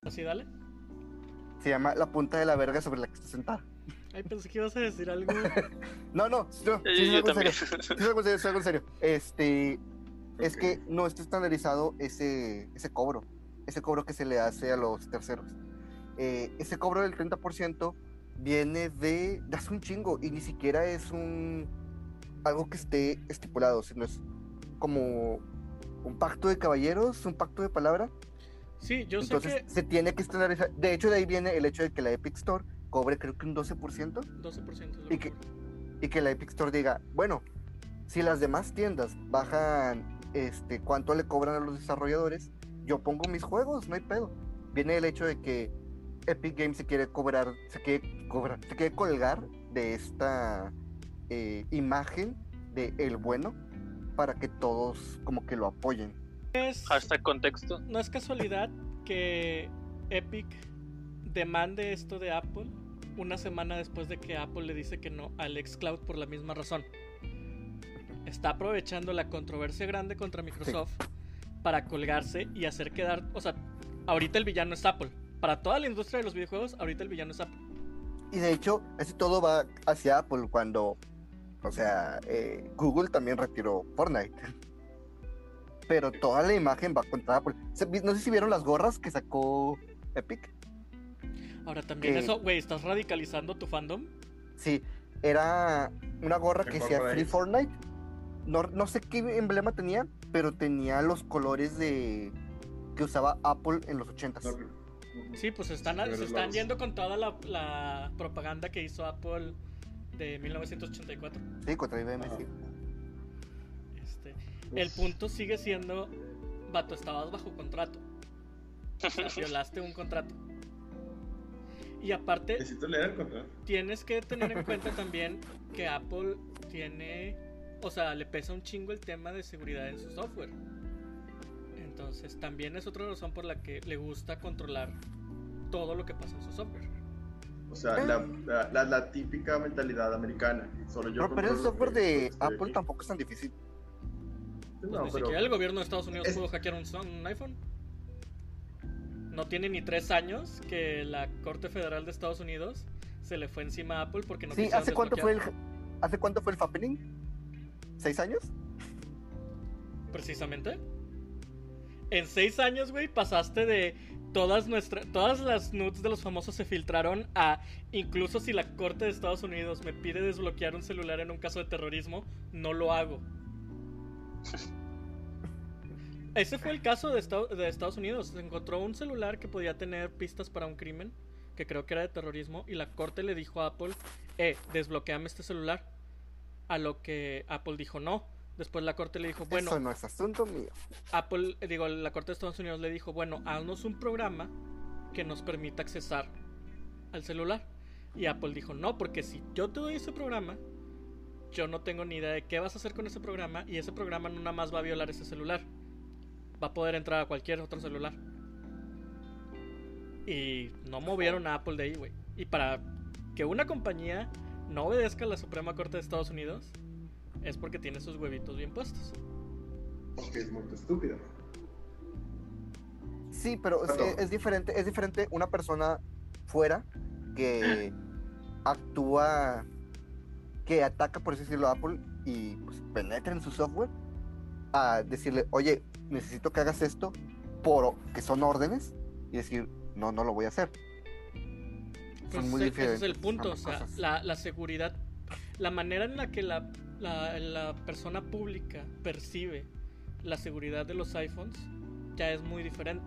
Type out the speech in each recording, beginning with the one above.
pero sí, dale. Se llama La punta de la verga sobre la que está sentada. Ay, pensé que ibas a decir algo. No, no, no, sí, Yo, es algo yo en también. serio. Sí, es algo en serio, es algo en serio. Este, es que no está estandarizado ese, ese cobro, ese cobro que se le hace a los terceros. Eh, ese cobro del 30% viene de, das un chingo y ni siquiera es un, algo que esté estipulado, sino es como un pacto de caballeros, un pacto de palabra. Sí, yo Entonces sé que se tiene que estandarizar. De hecho, de ahí viene el hecho de que la Epic Store cobre creo que un 12%. 12% es lo Y que, y que la Epic Store diga, bueno, si las demás tiendas bajan este cuánto le cobran a los desarrolladores, yo pongo mis juegos, no hay pedo. Viene el hecho de que Epic Games se quiere cobrar, se quiere cobrar, se quiere colgar de esta eh, imagen de el bueno para que todos como que lo apoyen. Es- Hashtag contexto. no es casualidad que Epic demande esto de Apple una semana después de que Apple le dice que no al xCloud por la misma razón. Está aprovechando la controversia grande contra Microsoft para colgarse y hacer quedar, o sea, ahorita el villano es Apple. Para toda la industria de los videojuegos, ahorita el villano es Apple. Y de hecho, así todo va hacia Apple cuando, o sea, eh, Google también retiró Fortnite. Pero toda la imagen va contra Apple. Se- No sé si vieron las gorras que sacó Epic. Ahora también Que- eso, güey, estás radicalizando tu fandom. Sí, era una gorra que Mejor decía para Free ellos. Fortnite. No, no sé qué emblema tenía, pero tenía los colores de que usaba Apple en los 80s. Sí, pues están, Sí, de se los están lados. yendo con toda la, la propaganda que hizo Apple de 1984. Sí, contra IBM, sí. Este, pues, el punto sigue siendo, vato, estabas bajo contrato. O sea, violaste un contrato. Y aparte, Necesito leer el contrato. tienes que tener en cuenta también que Apple tiene, o sea, le pesa un chingo el tema de seguridad en su software. Entonces, también es otra razón por la que le gusta controlar todo lo que pasa en su software. O Ah. sea, la, la, la- la típica mentalidad americana. Solo yo Pero, pero el controlo software lo que- este de lo que estoy Apple aquí. tampoco es tan difícil. Pues No, ni pero- siquiera el gobierno de Estados Unidos Es- pudo hackear un, son- un iPhone. No tiene ni tres años que la Corte Federal de Estados Unidos se le fue encima a Apple porque no sí, quisieron ¿hace cuánto, fue el, desbloquear. ¿hace cuánto fue el Fappening? ¿Seis años? Precisamente. En seis años, güey, pasaste de todas nuestras, todas las nudes de los famosos se filtraron a incluso si la corte de Estados Unidos me pide desbloquear un celular en un caso de terrorismo, no lo hago. Ese fue el caso de, Estado- de Estados Unidos. Se encontró un celular que podía tener pistas para un crimen, que creo que era de terrorismo, y la corte le dijo a Apple, eh, desbloqueame este celular. A lo que Apple dijo no. Después la corte le dijo, bueno, Eso no es asunto mío. Apple, eh, digo, la Corte de Estados Unidos le dijo, bueno, haznos un programa que nos permita accesar al celular. Y Apple dijo, no, porque si yo te doy ese programa, yo no tengo ni idea de qué vas a hacer con ese programa y ese programa no nada más va a violar ese celular. Va a poder entrar a cualquier otro celular. Y no movieron a Apple de ahí, güey. Y para que una compañía no obedezca a la Suprema Corte de Estados Unidos, es porque tiene sus huevitos bien puestos. Porque es muy estúpido. Sí, pero es, eh, Perdón. es diferente, es diferente una persona fuera que actúa, que ataca, por así decirlo, a Apple y pues, penetra en su software a decirle, oye, necesito que hagas esto, por, que son órdenes, y decir, no, no lo voy a hacer. Pues Son muy ese- ese es el diferentes punto, o ambas sea, cosas. la, la seguridad, la manera en la que la, la- la persona pública percibe la seguridad de los iPhones ya es muy diferente.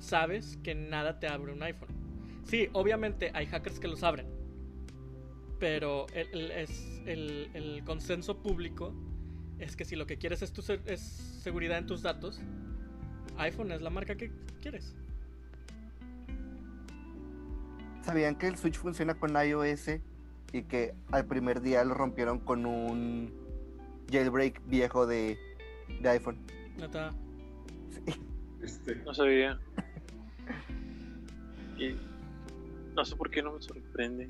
Sabes que nada te abre un iPhone. Sí, obviamente hay hackers que los abren, pero el, el- es, el, el consenso público es que si lo que quieres es, tu, ser- es seguridad en tus datos, iPhone es la marca que quieres. ¿Sabían que el Switch funciona con iOS y que al primer día lo rompieron con un jailbreak viejo de, de iPhone? Neta, Este, No sabía. Y no sé por qué no me sorprende.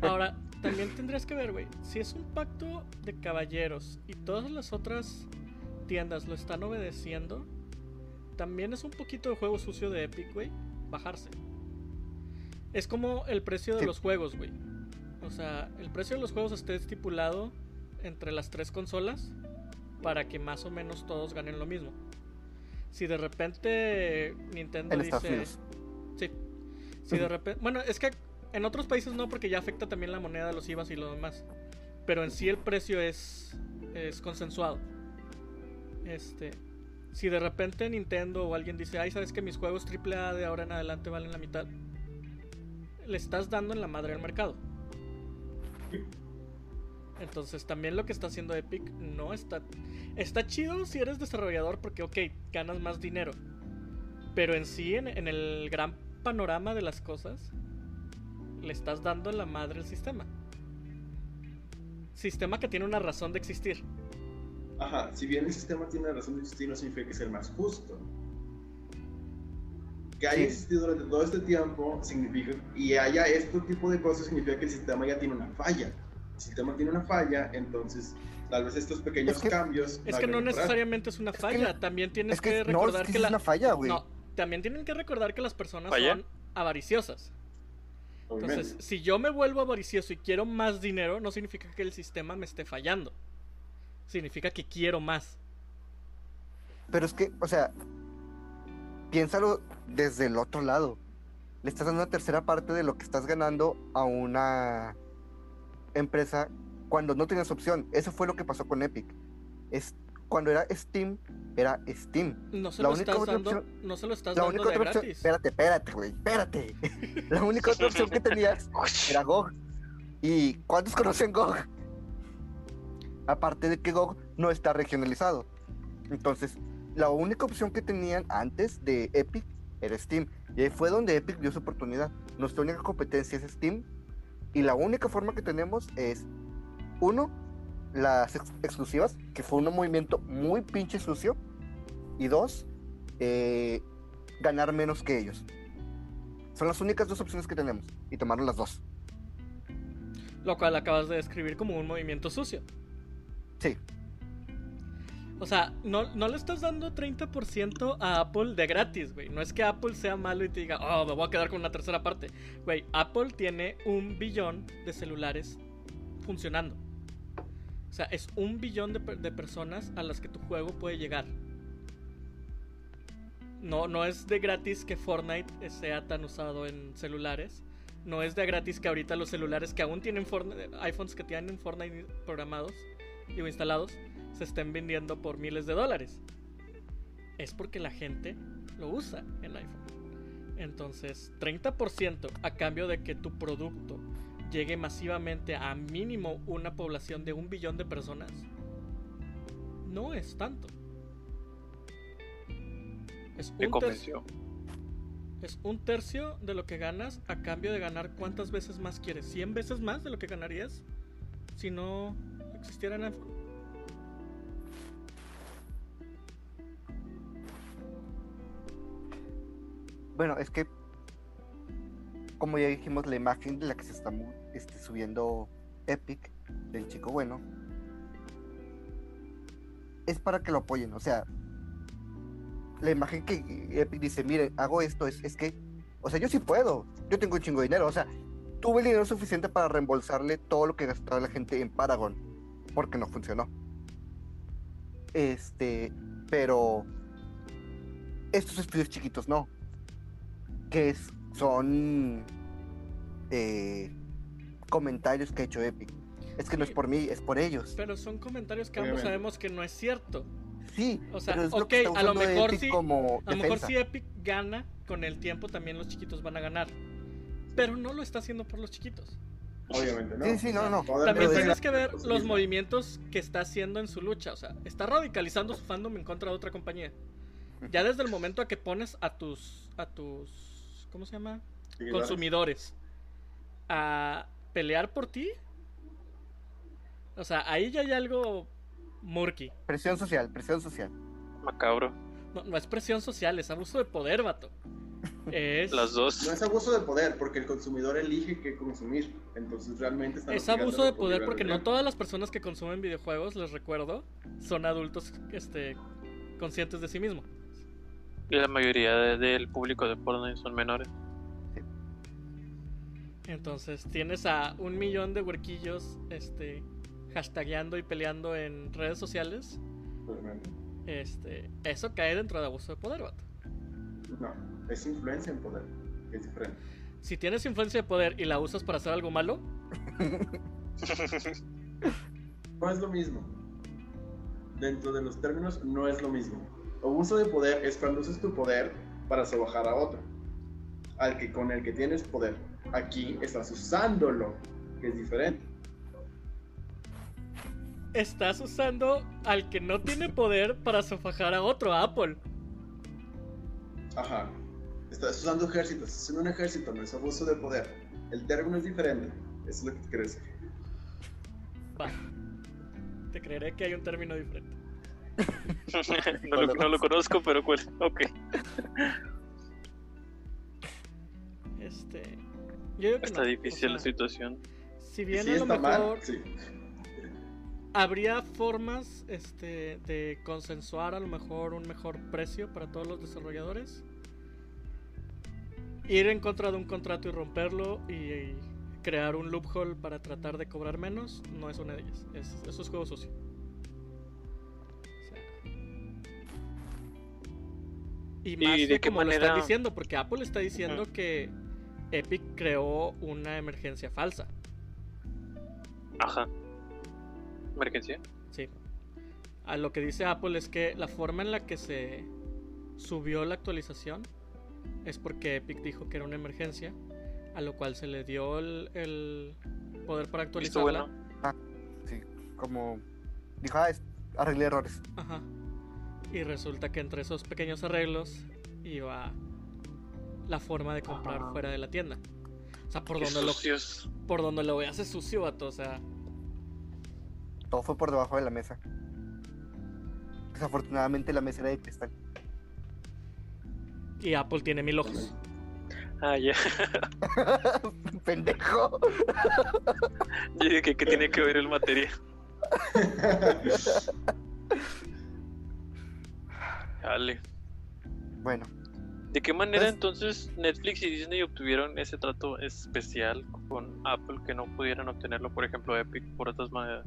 Ahora, también tendrías que ver, güey, si es un pacto de caballeros y todas las otras tiendas lo están obedeciendo, también es un poquito de juego sucio de Epic, güey, bajarse. Es como el precio de Sí. los juegos, güey. O sea, el precio de los juegos esté estipulado entre las tres consolas para que más o menos todos ganen lo mismo. Si de repente Nintendo en dice... Estados Unidos. Sí. Si de Ujú. repente. Bueno, es que en otros países no, porque ya afecta también la moneda, los IVAs y lo demás. Pero en sí el precio es, es consensuado. Este. Si de repente Nintendo o alguien dice, ay, sabes que mis juegos AAA de ahora en adelante valen la mitad, le estás dando en la madre al mercado. Entonces también lo que está haciendo Epic no está... Está chido si eres desarrollador porque, ok, ganas más dinero. Pero en sí, en, en el gran panorama de las cosas, le estás dando la madre al sistema. Sistema que tiene una razón de existir. Ajá, si bien el sistema tiene razón de existir, no significa que sea el más justo. Que haya Sí. existido durante todo este tiempo significa, y haya este tipo de cosas significa que el sistema ya tiene una falla. El sistema tiene una falla, entonces tal vez estos pequeños Es que- cambios... Es la que hagan no mejorar. necesariamente es una que falla, no- también tienes Es que, que, no, recordar es que, que es la... una falla, güey. No, también tienen que recordar que las personas ¿Falla? son avariciosas. Obviamente. Entonces, si yo me vuelvo avaricioso y quiero más dinero, no significa que el sistema me esté fallando. Significa que quiero más. Pero es que, o sea, piénsalo desde el otro lado. Le estás dando una tercera parte de lo que estás ganando a una empresa cuando no tenías opción. Eso fue lo que pasó con Epic. Es, cuando era Steam, era Steam. No se La lo única estás otra dando, opción- no se lo estás La dando única de otra opción. gratis. Espérate, espérate, güey, espérate. La única otra opción que tenías era GOG. ¿Y cuántos conocen GOG? Aparte de que GOG no está regionalizado. Entonces, la única opción que tenían antes de Epic era Steam. Y ahí fue donde Epic dio su oportunidad. Nuestra única competencia es Steam. Y la única forma que tenemos es, uno, las ex- exclusivas, que fue un movimiento muy pinche sucio. Y dos, eh, ganar menos que ellos. Son las únicas dos opciones que tenemos. Y tomaron las dos. Lo cual acabas de describir como un movimiento sucio. Sí. O sea, no, no le estás dando 30% a Apple de gratis, güey. No es que Apple sea malo y te diga, oh, me voy a quedar con una tercera parte. Güey, Apple tiene un billón de celulares funcionando. O sea, es un billón de, per- de personas a las que tu juego puede llegar. No, no es de gratis que Fortnite sea tan usado en celulares. No es de gratis que ahorita los celulares que aún tienen Fortnite- iPhones que tienen Fortnite programados, digo instalados, se estén vendiendo por miles de dólares. Es porque la gente lo usa el iPhone. Entonces, 30% a cambio de que tu producto llegue masivamente a mínimo una población de un billón de personas, no es tanto. Es Me un, tercio, convenció. es un tercio de lo que ganas a cambio de ganar cuántas veces más quieres. ¿100 veces más de lo que ganarías si no existieran iPhone? Bueno, es que, como ya dijimos, la imagen de la que se está mu- este, subiendo Epic, del chico bueno, es para que lo apoyen. O sea, la imagen que Epic dice, mire, hago esto, es, es que, o sea, yo sí puedo, yo tengo un chingo de dinero. O sea, tuve el dinero suficiente para reembolsarle todo lo que gastaba la gente en Paragon, porque no funcionó. Este, pero estos estudios chiquitos no que es- son eh, comentarios que ha hecho Epic. Es que no es por mí, es por ellos. Pero son comentarios que ambos Obviamente. sabemos que no es cierto. Sí, O sea, pero es ok, a lo usando mejor Epic sí- como A lo mejor defensa. si Epic gana, con el tiempo también los chiquitos van a ganar. Pero no lo está haciendo por los chiquitos. Obviamente, ¿no? Sí, sí, no, no. Todo También depende de tienes la- que ver pues, los sí. movimientos que está haciendo en su lucha. O sea, está radicalizando su fandom en contra de otra compañía. Ya desde el momento a que pones a tus. a tus. ¿cómo se llama? Sí, consumidores a pelear por ti. O sea, ahí ya hay algo murky. Presión social, presión social. Macabro. No, no es presión social, es abuso de poder, vato. Es, Las dos. No es abuso de poder, porque el consumidor elige qué consumir. Entonces realmente están es obligando abuso de a poder consumir porque algo. no todas las personas que consumen videojuegos, les recuerdo, son adultos este, conscientes de sí mismo. Y la mayoría de- del público de Fortnite son menores. Entonces tienes a un millón de huerquillos este, hashtagueando y peleando en redes sociales. Fernando. Este, eso cae dentro de abuso de poder, vato. No, es influencia en poder. Es diferente. Si tienes influencia de poder y la usas para hacer algo malo, No es lo mismo. Dentro de los términos, no es lo mismo. Abuso de poder es cuando usas tu poder para sobajar a otro, al que con el que tienes poder. Aquí estás usándolo, que es diferente. estás usando al que no tiene poder para sofajar a otro, a Apple. Ajá. Estás usando ejército, estás usando un ejército, no es abuso de poder. El término es diferente. Eso es lo que te quiero decir. Va. Te creeré que hay un término diferente. no, lo, no lo conozco, pero cuál. Ok. Este. Yo digo que Está no, difícil o la sea, situación. Si Y bien sí a lo está mejor mal, sí. habría formas este, de consensuar a lo mejor un mejor precio para todos los desarrolladores. Ir en contra de un contrato y romperlo y, y crear un loophole para tratar de cobrar menos no es una de ellas. Es- eso es juego sucio. O sea. Y más de de qué como lo están manera? Ah. diciendo, porque Apple está diciendo que Epic creó una emergencia falsa. Ajá. Emergencia. Sí. A lo que dice Apple es que la forma en la que se subió la actualización es porque Epic dijo que era una emergencia, a lo cual se le dio el, el poder para Listo, actualizarla. bueno. Sí, como dijo, ah, es- arreglé errores. Ajá. Y resulta que entre esos pequeños arreglos iba la forma de comprar fuera de la tienda. O sea, por Qué donde, lo, sucios. por donde lo veas es sucio, vato. O sea, Todo fue por debajo de la mesa. Desafortunadamente la mesa era de cristal. y Apple tiene mil ojos. Ah, ya. Pendejo. Yo dije que, que tiene que ver el material. Dale. Bueno, ¿De qué manera Pues- entonces Netflix y Disney obtuvieron ese trato especial con Apple que no pudieran obtenerlo, por ejemplo, Epic, por otras maneras?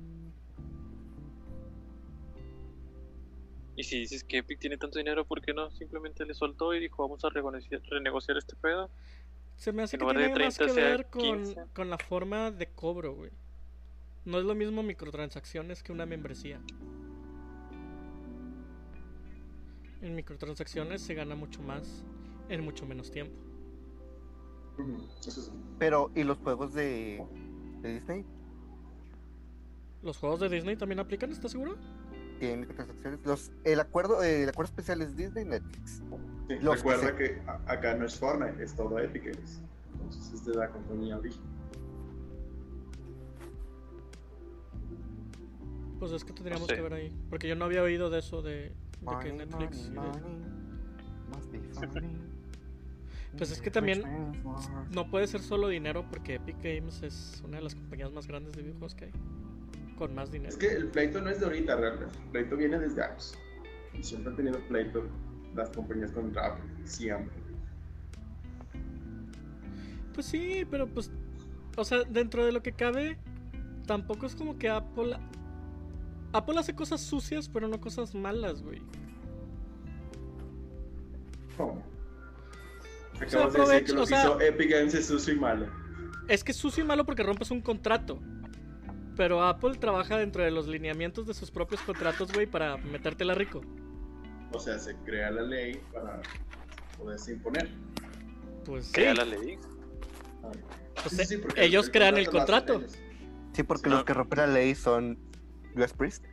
Y si dices que Epic tiene tanto dinero, ¿por qué no? Simplemente le soltó y dijo, vamos a renegociar, renegociar este pedo. Se me hace En que lugar de tiene más que 30 sea ver con, 15. con la forma de cobro, güey. No es lo mismo microtransacciones que una membresía. En microtransacciones se gana mucho más en mucho menos tiempo. Ujú, Eso sí. pero ¿y los juegos de, de Disney? ¿Los juegos de Disney también aplican? ¿Estás seguro? ¿Tienen microtransacciones? Los, el, acuerdo, el acuerdo especial es Disney Netflix. Sí, Los que recuerda se- que, a- acá no es Fortnite, es todo Epic Games. Entonces es de la compañía origen. Pues es que tendríamos sé. que ver ahí. Porque yo no había oído de eso de, de que Money, Netflix. y de- money, money, must be funny. Pues es que Rich también- man's world. No puede ser solo dinero porque Epic Games es una de las compañías más grandes de videojuegos que hay. Con más dinero. Es que el pleito no es de ahorita realmente, el pleito viene desde años. Y siempre han tenido pleito las compañías contra Apple, siempre. Pues sí, pero pues. O sea, dentro de lo que cabe, tampoco es como que Apple. Apple hace cosas sucias, pero no cosas malas, güey. ¿Cómo? sea, Acabas de decir que aprovecha- lo o que sea- hizo Epic Games es sucio y malo. Es que es sucio y malo porque rompes un contrato. Pero Apple trabaja dentro de los lineamientos de sus propios contratos, güey, para metértela rico. O sea, se crea la ley para poderse imponer. Pues sí. Crea la ley. Ah, pues, sí, sí, eh, porque ellos el crean el lo contrato. hacen ellos. Sí, porque No. los que rompen la ley son US Priest.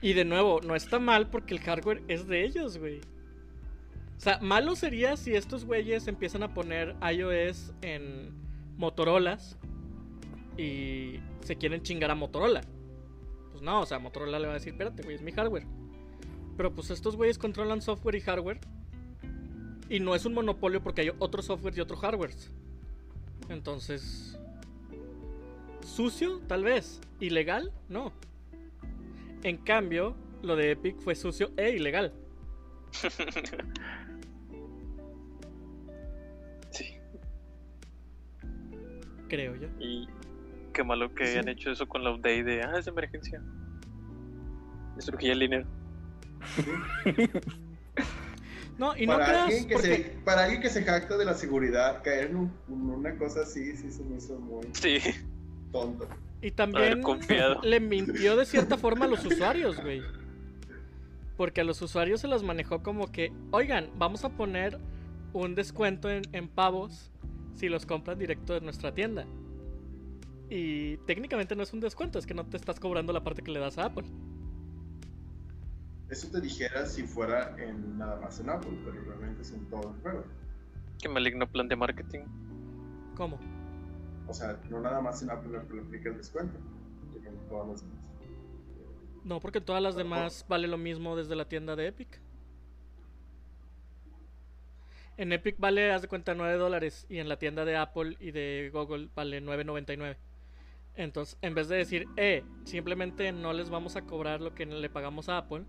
Y de nuevo, no está mal porque el hardware es de ellos, güey. O sea, malo sería si estos güeyes empiezan a poner iOS en Motorolas y se quieren chingar a Motorola. Pues no, o sea, Motorola le va a decir, espérate, güey, es mi hardware. Pero pues estos güeyes controlan software y hardware. Y no es un monopolio porque hay otro software y otro hardware. Entonces... Sucio, tal vez. Ilegal, no. En cambio, lo de Epic fue sucio e ilegal. creo yo. Y qué malo que Sí. hayan hecho eso con la update de, ah, es emergencia. Es cirugía en línea. No, y no para, creas, alguien que porque se, para alguien que se jacta de la seguridad, caer en un- en una cosa así, sí se me hizo muy Sí, tonto. Y también Haber confiado. le mintió de cierta forma a los usuarios, güey. Porque a los usuarios se las manejó como que, oigan, vamos a poner un descuento en, en pavos si los compran directo de nuestra tienda. Y técnicamente no es un descuento, es que no te estás cobrando la parte que le das a Apple. Eso te dijera si fuera en nada más en Apple, pero realmente es en todo el juego. qué maligno plan de marketing. Pues ¿Cómo? O sea, no nada más en Apple pero aplica el descuento. que en todas las demás. No, porque todas las demás vale lo mismo desde la tienda de Epic. En Epic vale, haz de cuenta, 9 dólares. Y en la tienda de Apple y de Google vale 9.99. Entonces, en vez de decir, eh, simplemente no les vamos a cobrar lo que le pagamos a Apple,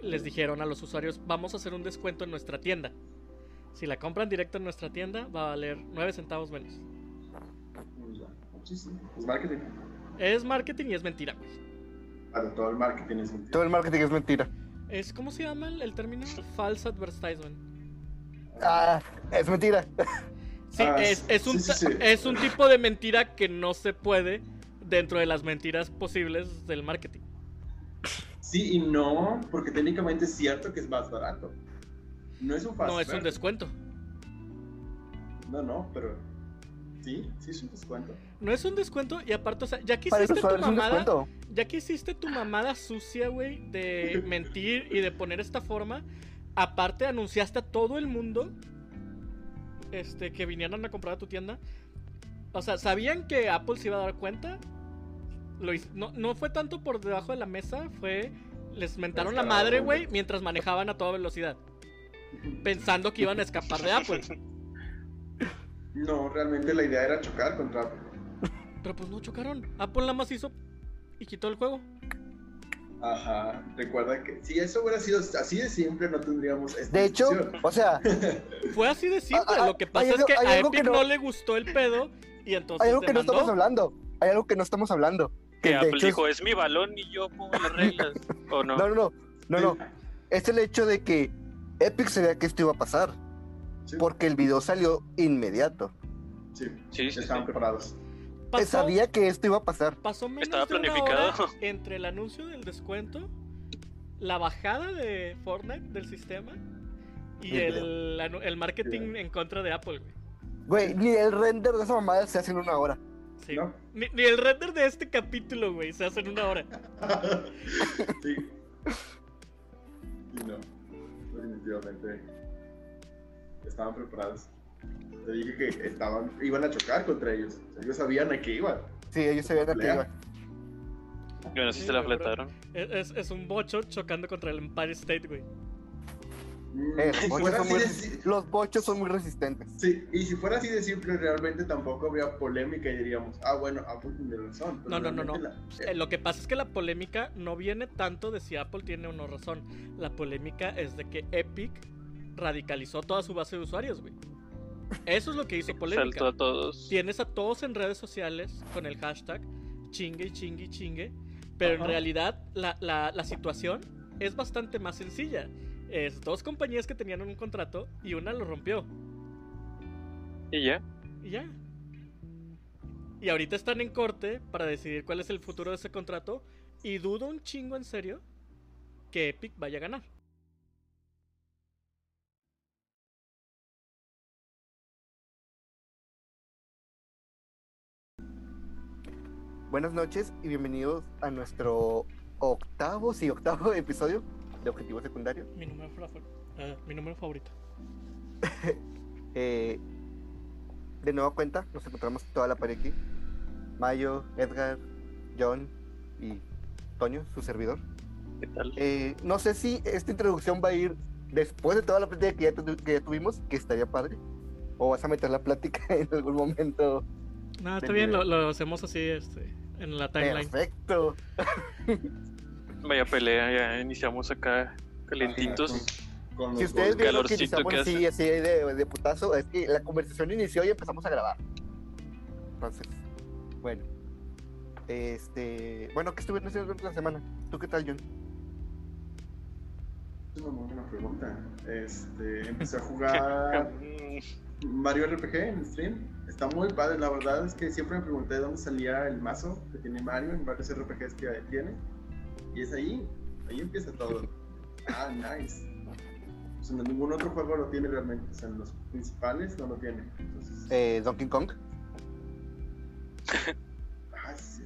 les dijeron a los usuarios, vamos a hacer un descuento en nuestra tienda. Si la compran directo en nuestra tienda, va a valer 9 centavos menos. Y ya, Muchísimo. Es marketing. Es marketing y es mentira, güey. Para todo el marketing es mentira. Todo el marketing es mentira. Es, ¿Cómo se llama el, el término? False advertisement. Ah, es mentira. Sí, Ah, es, es un, sí, sí, ta- sí. es un tipo de mentira que no se puede dentro de las mentiras posibles del marketing. Sí y no, porque técnicamente es cierto que es más barato. No es un fast No es un fashion. descuento. No, no, pero sí, sí es un descuento. No es un descuento y aparte, o sea, ya que Para hiciste esos tu usuarios es un mamada, descuento. ya que hiciste tu mamada sucia, güey, de mentir y de poner esta forma, aparte anunciaste a todo el mundo este que vinieran a comprar a tu tienda. O sea, sabían que Apple se iba a dar cuenta. Lo hic- no, no fue tanto por debajo de la mesa, fue les mentaron la madre, güey, mientras manejaban a toda velocidad, pensando que iban a escapar de Apple. No, realmente la idea era chocar contra Apple. Pero pues no chocaron. Apple nada más hizo y quitó el juego. Ajá, recuerda que si eso hubiera sido así de simple, no tendríamos esta De hecho, discusión. o sea, Fue así de simple. Ah, ah, lo que hay pasa es algo- que hay a algo Epic que no... no- le gustó el pedo y entonces hay algo que no demandó. estamos hablando. Hay algo que no estamos hablando. Que de Apple hecho es- dijo, es mi balón y yo pongo las reglas. ¿O no? No, no, no. No, no. Es el hecho de que Epic sabía que esto iba a pasar. Sí, Porque el video salió inmediato. sí, Sí, sí, sí. estaban preparados. Pasó- Sabía que esto iba a pasar. pasó menos Estaba de una planificado. hora entre el anuncio del descuento, la bajada de Fortnite del sistema y El el, anu- el marketing en contra de Apple, güey. Güey, ni el render de esa mamada se hace en una hora. Sí. ¿No? Ni, ni el render de este capítulo, güey, se hace en una hora. sí. Y no, definitivamente estaban preparados. Te dije que estaban, iban a chocar contra ellos. Ellos sabían a qué iban. Sí, ellos sabían a qué Lea. iba. Y aún así Sí, se la güey, pero- fletaron. E-, Es, es- es un bocho chocando contra el Empire State, güey. Mm, Eh, si los, bochos fuera son así muy de resi- si- los bochos son muy resistentes. Sí, y si fuera así de simple, realmente tampoco habría polémica y diríamos, ah, bueno, Apple tiene razón. pero No, no, no, no. realmente la- Eh, Lo que pasa es que la polémica no viene tanto de si Apple tiene o no razón. La polémica es de que Epic radicalizó toda su base de usuarios, güey. Eso es lo que hizo polémica. Saltó a todos. tienes a todos en redes sociales con el hashtag chingue y chingue y chingue, pero en Ajá. realidad la, la- la situación es bastante más sencilla. Es dos compañías que tenían un contrato y una lo rompió. Y ya. Y ya. Y ahorita están en corte para decidir cuál es el futuro de ese contrato. Y dudo un chingo en serio que Epic vaya a ganar. Buenas noches y bienvenidos a nuestro octavo, sí, octavo episodio de Objetivo Secundario. Mi número, fa- eh, mi número favorito. Eh, de nueva cuenta, nos encontramos toda la pared aquí. Mayo, Edgar, John y Toño, su servidor. ¿Qué tal? Eh, no sé si esta introducción va a ir después de toda la plática que ya, tu- que ya tuvimos, que estaría padre. O vas a meter la plática en algún momento. No, está Del bien, lo, video. lo hacemos así este, en la timeline. Perfecto. Vaya pelea, ya iniciamos acá Ah, calientitos. Con, con los Si ustedes vieron golpes. que calorcito iniciamos que así, así de, de putazo, es que la conversación inició y empezamos a grabar. Entonces, bueno. Este, bueno, ¿qué estuvieron haciendo durante la semana? ¿Tú qué tal, John? Es una muy buena pregunta. Este, empecé a Ah, jugar mm, Mario RPG en stream. Está muy padre. La verdad es que siempre me pregunté dónde salía el mazo que tiene Mario en varios RPGs que tiene. Y es ahí. Ahí empieza todo. Ah, nice. O sea, ningún otro juego lo tiene realmente. O sea, los principales no lo tienen. Entonces, Eh, Donkey Kong. ah, sí.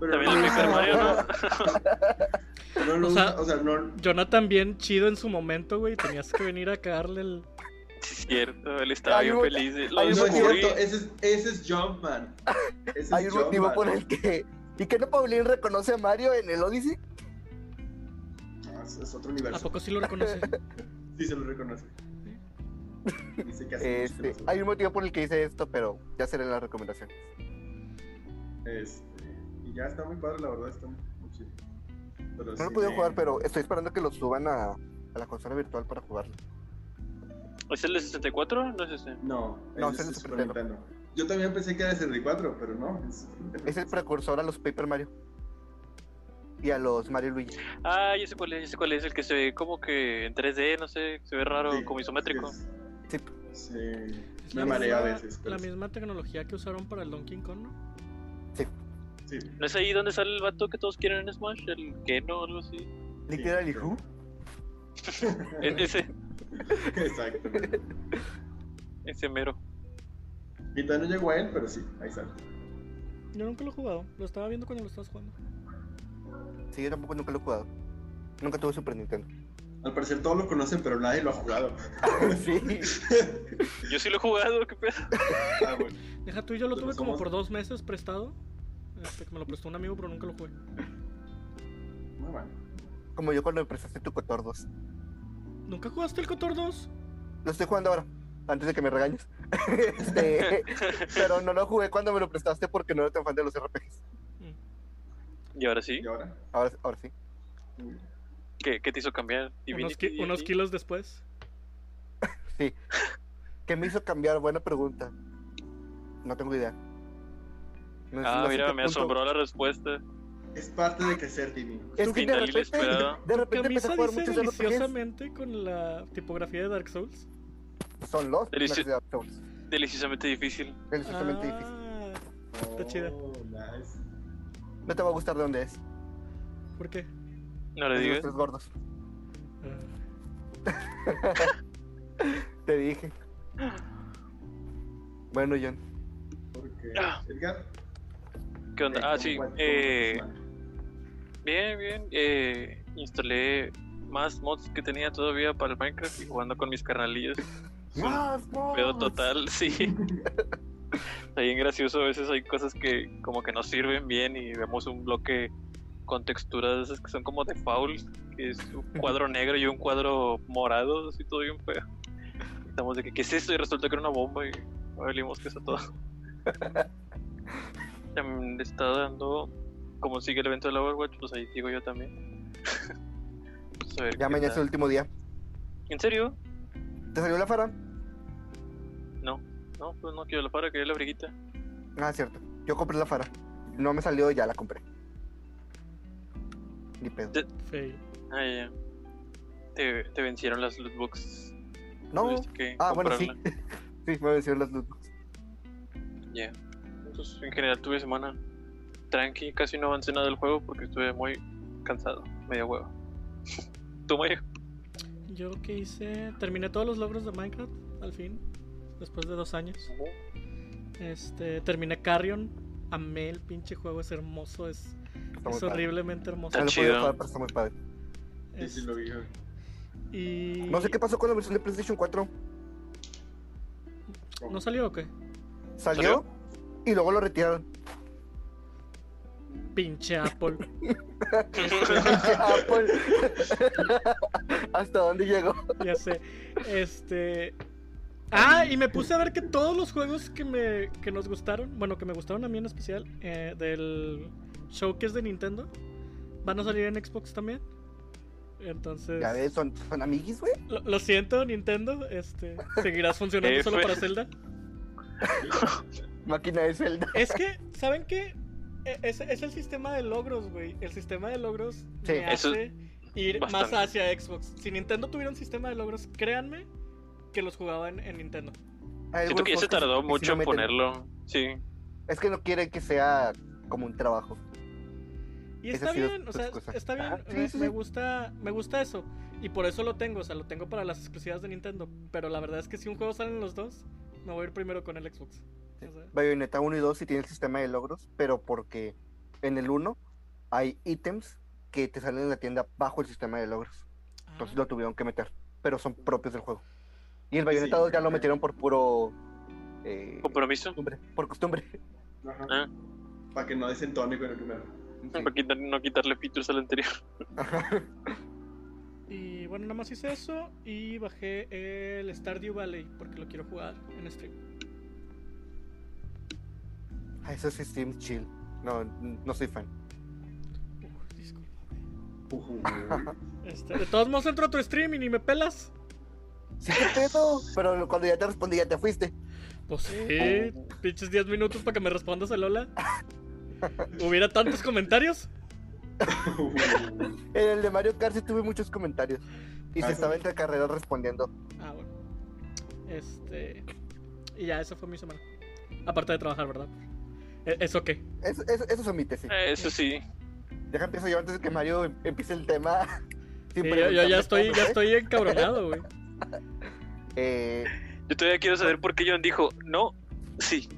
Pero También el no, Paper Mario, ¿no? no lo O sea- usa- o sea, no, Jonathan bien chido en su momento, güey. Tenías que venir a cagarle el... Sí, es cierto, él estaba Hay bien un- feliz. de- Lo hay un No es descubrí. cierto, ese es, ese es Jumpman. Ese es Hay un motivo Jumpman. por el que. ¿Y que no Paulín reconoce a Mario en el Odyssey? No, Ah, es, es otro ¿A universo. poco sí lo reconoce? Sí se lo reconoce. Dice que hace mucho Este, que no se- hay un motivo por el que hice esto, pero ya seré las recomendaciones. Este, y ya está muy padre, la verdad, está muy chido. Pero No sí eh, lo he podido me- jugar, pero estoy esperando que lo suban a, a la consola virtual para jugarlo. ¿Es el de 64? No es este. ese. No, No, ese es el Super Nintendo. Nintendo. Yo también pensé que era de 64, pero no. Es, Es el precursor a los Paper Mario. Y a los Mario y Luigi. Ah, yo sé cuál es, yo sé cuál es, el que se ve como que en 3D, no sé, se ve raro, sí, como isométrico. es- Sí. Sí, Es me la marea a misma- veces. pues. pero La sí. misma tecnología que usaron para el Donkey Kong, ¿no? Sí. ¿No es ahí donde sale el vato que todos quieren en Smash? ¿El Keno o algo así? Literal, y who? E- ese, Exacto. ese mero. Y todavía no llegó a él, pero sí, ahí sale. Yo nunca lo he jugado. Lo estaba viendo cuando lo estabas jugando. Sí, yo tampoco nunca lo he jugado. Nunca tuve Super Nintendo. Al parecer todos lo conocen, pero nadie lo ha jugado. sí. Yo sí lo he jugado, qué pedo. Ah, bueno. Deja tú y yo lo Pero tuve como somos- por dos meses prestado. Este, que me lo prestó un amigo, pero nunca lo jugué. Muy bueno. Como yo cuando empezaste tu Cotordos. ¿Nunca jugaste el Cotor 2? Lo estoy jugando ahora, antes de que me regañes. Este, pero no lo jugué cuando me lo prestaste porque no era tan fan de los RPGs. Y ahora sí, ¿Y ahora? Ahora, ahora sí. ¿qué, qué te hizo cambiar? Unos, Divinity ki- y unos así? kilos después. ¿Qué me hizo cambiar? Buena pregunta. No tengo idea. No- no Ah, sé mira, qué me punto- asombró la respuesta. Es parte de crecer, Timmy. Es Tu que de final repente, inesperado. de repente Camisa empecé a jugar dice muchos RPGs. deliciosamente con la tipografía de Dark Souls. Son los Delicio- personajes de Dark Souls. Deliciosamente difícil. Deliciosamente difícil. Ah, Está chida. Oh, nice. No te va a gustar de dónde es. ¿Por qué? No le Es de los digas. tres gordos. Ah, Te dije. Bueno, John. Porque... Ah. Edgar. ¿Qué onda? Ah, eh, sí. ¿cómo va- cómo Eh, va tu semana? Bien, bien. Eh, instalé más mods que tenía todavía para el Minecraft y jugando con mis carnalillos. Es un Más, más. pedo total, sí. Está bien gracioso. A veces hay cosas que como que no sirven bien y vemos un bloque con texturas de esas que son como de foul, que es un cuadro negro y un cuadro morado, así todo bien feo. Estamos de que, ¿qué es esto? Y resulta que era una bomba y valimos que eso todo. También le está dando, como sigue el evento del Overwatch, pues ahí sigo yo también. Pues a ver Ya qué mañana es el tal. último día. ¿En serio? ¿Te salió la fara? No, no, pues no quiero la para, quería la briguita. Ah, cierto. Yo compré la fara. No me salió, ya la compré. Ni pedo. fail. Ah, ya. Te, te vencieron las loot box. No. tuviste que Ah, bueno, sí. pues, comprarla. Sí, me vencieron las luz. Ya. Pues en general tuve semana tranqui, casi no avancé nada del juego porque estuve muy cansado, medio huevo. ¿Tú, Mario? Yo que hice. Terminé todos los logros de Minecraft, al fin. Después de dos años. Este. Terminé Carrion. Amé el pinche juego, es hermoso, es, Está muy es padre. horriblemente hermoso. Este, No lo he Chido. podido jugar, pero está muy padre. Sí, sí, lo vi. Y. No sé qué pasó con la versión de PlayStation 4. ¿No salió o qué? Salió y luego lo retiraron. Pinche Apple. Ah, pues. ¿Hasta dónde llegó? Ya sé. Este. Ah, y me puse a ver que todos los juegos que me que nos gustaron, bueno, que me gustaron a mí en especial, eh, del showcase de Nintendo, van a salir en Xbox también. Entonces, Ya ves, son, son amiguis, güey. lo, lo siento, Nintendo, este, seguirás funcionando solo para Zelda. Máquina de Zelda. Es que, ¿saben qué? E- Es, es el sistema de logros, güey. El sistema de logros Sí. me Eso hace ir bastante. más hacia Xbox. Si Nintendo tuviera un sistema de logros, créanme que los jugaba en, en Nintendo. Hay algunos Siento que ya se juegos que tardó sí mucho lo en meten. ponerlo. Sí. Es que no quieren que sea como un trabajo. Y Esa está ha sido bien, o su sea, excusa. está bien. Ajá, sí, me, sí, me sí. gusta, me gusta eso. Y por eso lo tengo, o sea, lo tengo para las exclusivas de Nintendo. Pero la verdad es que si un juego salen los dos, me voy a ir primero con el Xbox. O sea, Bayonetta 1 y 2 sí tiene el sistema de logros, pero porque en el 1 hay ítems que te salen en la tienda bajo el sistema de logros. Entonces Pues lo tuvieron que meter, pero son propios del juego. Y el Bayonetta Ah. Sí, 2 ya lo ok. metieron por puro... eh, Compromiso. costumbre, por costumbre. Ah. Para que no desentone con el primero. Para quitar- no quitarle features al anterior. Y bueno, nada más hice eso y bajé el Stardew Valley porque lo quiero jugar en stream. Ah, Eso sí, Steam Chill. No, no soy fan. Uf, disculpa. Ujú. Este, de todos modos entro a tu stream y ni me pelas. Sí, qué pedo. Pero cuando ya te respondí, ya te fuiste. Pues sí, pinches 10 minutos para que me respondas el hola. ¿Hubiera tantos comentarios? Ujú. En el de Mario Kart sí tuve muchos comentarios. Y se Ah, sí. estaba entre carreras respondiendo. Ah, bueno. Este. Y ya, esa fue mi semana. Aparte de trabajar, ¿verdad? E- ¿Eso qué? Eso, eso, eso se omite, sí. Eh, Eso sí. Deja empiezo yo antes de que Mario em- empiece el tema. Sí, sin yo, yo preguntarme ya estoy, cómo, ya ¿eh? estoy encabronado, güey. Eh, Yo todavía quiero saber por qué John dijo no, sí.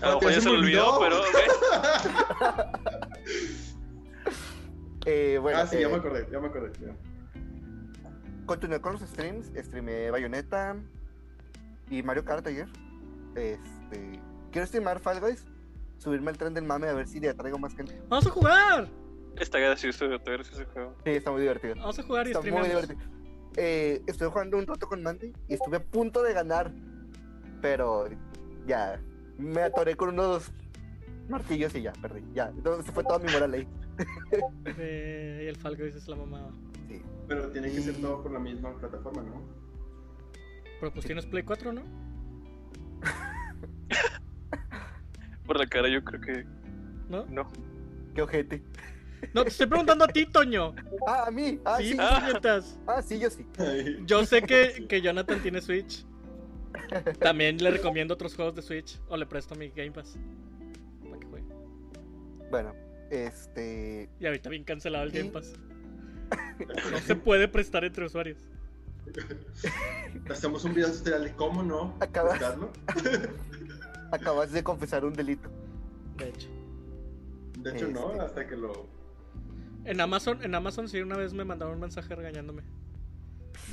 A lo Porque mejor ya se se me lo olvidó, olvidó. pero. ok. eh, bueno, ah, sí, ya eh, me acordé, ya me acordé. ya. continué con los streams. Streamé Bayonetta y Mario Kart ayer. Este, quiero streamar Fall Guys. Subirme al tren del mame a ver si le atraigo más gente. ¡Vamos a jugar! Está gracioso, está gracioso ese juego. Sí, está muy divertido. Vamos a jugar y Está muy streameamos. divertido. Eh, estuve jugando un rato con Mandy y estuve a punto de ganar. Pero ya, me atoré con unos martillos y ya, perdí. Ya, entonces se fue toda mi moral ahí. Eh, y el Falco dice es la mamada. Sí. Pero tiene que ser todo por la misma plataforma, ¿no? Pero pues tienes Play 4, ¿no? Por la cara, yo creo que ¿No? no. Qué ojete. No, te estoy preguntando a ti, Toño. Ah, a mí. Ah, sí. Sí, Ah. puñetas. Ah, sí, yo sí. Ay. Yo sé que, que Jonathan tiene Switch. También le recomiendo otros juegos de Switch. O le presto mi Game Pass. Para que juegue. Bueno, este. Y ahorita bien cancelado el Sí. Game Pass. No se puede prestar entre usuarios. Hacemos un video tutorial de cómo no Acabas. prestarlo. Acabas de confesar un delito. De hecho. De hecho, no, Este. hasta que lo. En Amazon, en Amazon sí una vez me mandaron un mensaje regañándome.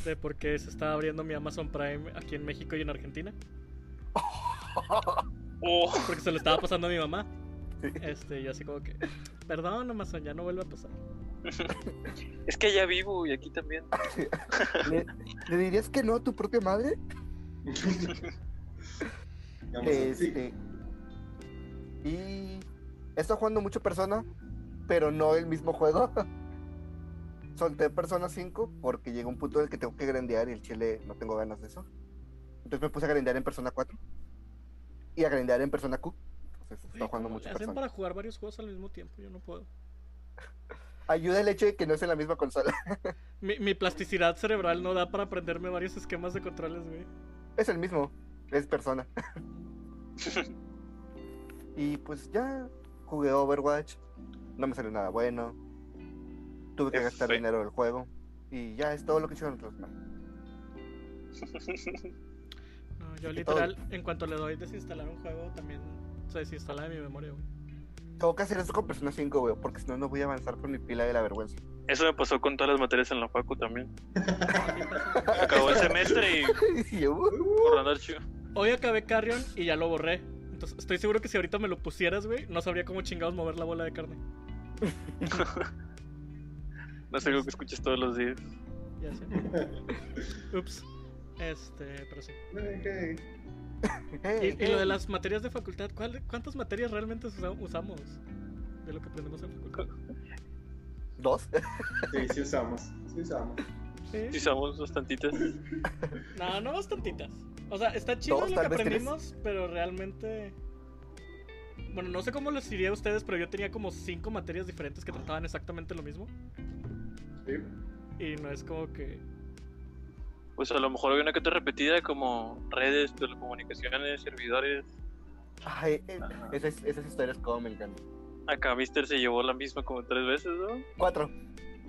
De por qué se estaba abriendo mi Amazon Prime aquí en México y en Argentina. Oh, Porque se lo estaba pasando a mi mamá. Sí. Este, yo así como que. Perdón, Amazon, ya no vuelve a pasar. es que allá vivo y aquí también. ¿Le, le dirías que no a tu propia madre? Vamos a- sí. Este. Y. He estado jugando mucho Persona, pero no el mismo juego. Solté Persona 5 porque llegó un punto en el que tengo que grandear y el chile no tengo ganas de eso. Entonces me puse a grandear en Persona 4 y a grandear en Persona Q. Entonces he estado Güey, jugando ¿cómo mucho le hacen Persona. para jugar varios juegos al mismo tiempo? Yo no puedo. Ayuda el hecho de que no es en la misma consola. Mi, mi plasticidad cerebral no da para aprenderme varios esquemas de controles, güey. Es el mismo, es persona. y pues ya jugué Overwatch, no me salió nada bueno. Tuve que Qué gastar Este. fe- dinero del juego. Y ya es todo lo que hicieron los demás. No, yo que literal, en cuanto le doy desinstalar un juego, también se desinstala de mi memoria, güey. Tengo que hacer eso con Persona 5, güey, porque si no, no voy a avanzar con mi pila de la vergüenza. Eso me pasó con todas las materias en la facu también. Ah. Acabó el semestre y Y yo, "Uh". borrando archivo. Hoy acabé Carrion y ya lo borré. Entonces estoy seguro que si ahorita me lo pusieras, güey, no sabría cómo chingados mover la bola de carne. No es algo que escuches todos los días. Ya sé. Ups. Este, pero sí. Ok. Y, Hey, y lo de hey. las materias de facultad, ¿cuál- ¿cuántas materias realmente usa- usamos? De lo que aprendemos en facultad. ¿Dos? Sí, sí usamos. Sí usamos. Sí. Sí, somos bastantitas. No, no bastantitas. O sea, está chido Dos, lo que tal vez tres. aprendimos, pero realmente. Bueno, no sé cómo les iría a ustedes, pero yo tenía como cinco materias diferentes que trataban exactamente lo mismo. ¿sí? Y no es como que. Pues a lo mejor había una que te repetida como redes, telecomunicaciones, servidores. Ay, eh, Ajá. esas, esas historias como me encantan. Acá Mister se llevó la misma como tres veces, ¿no? Cuatro.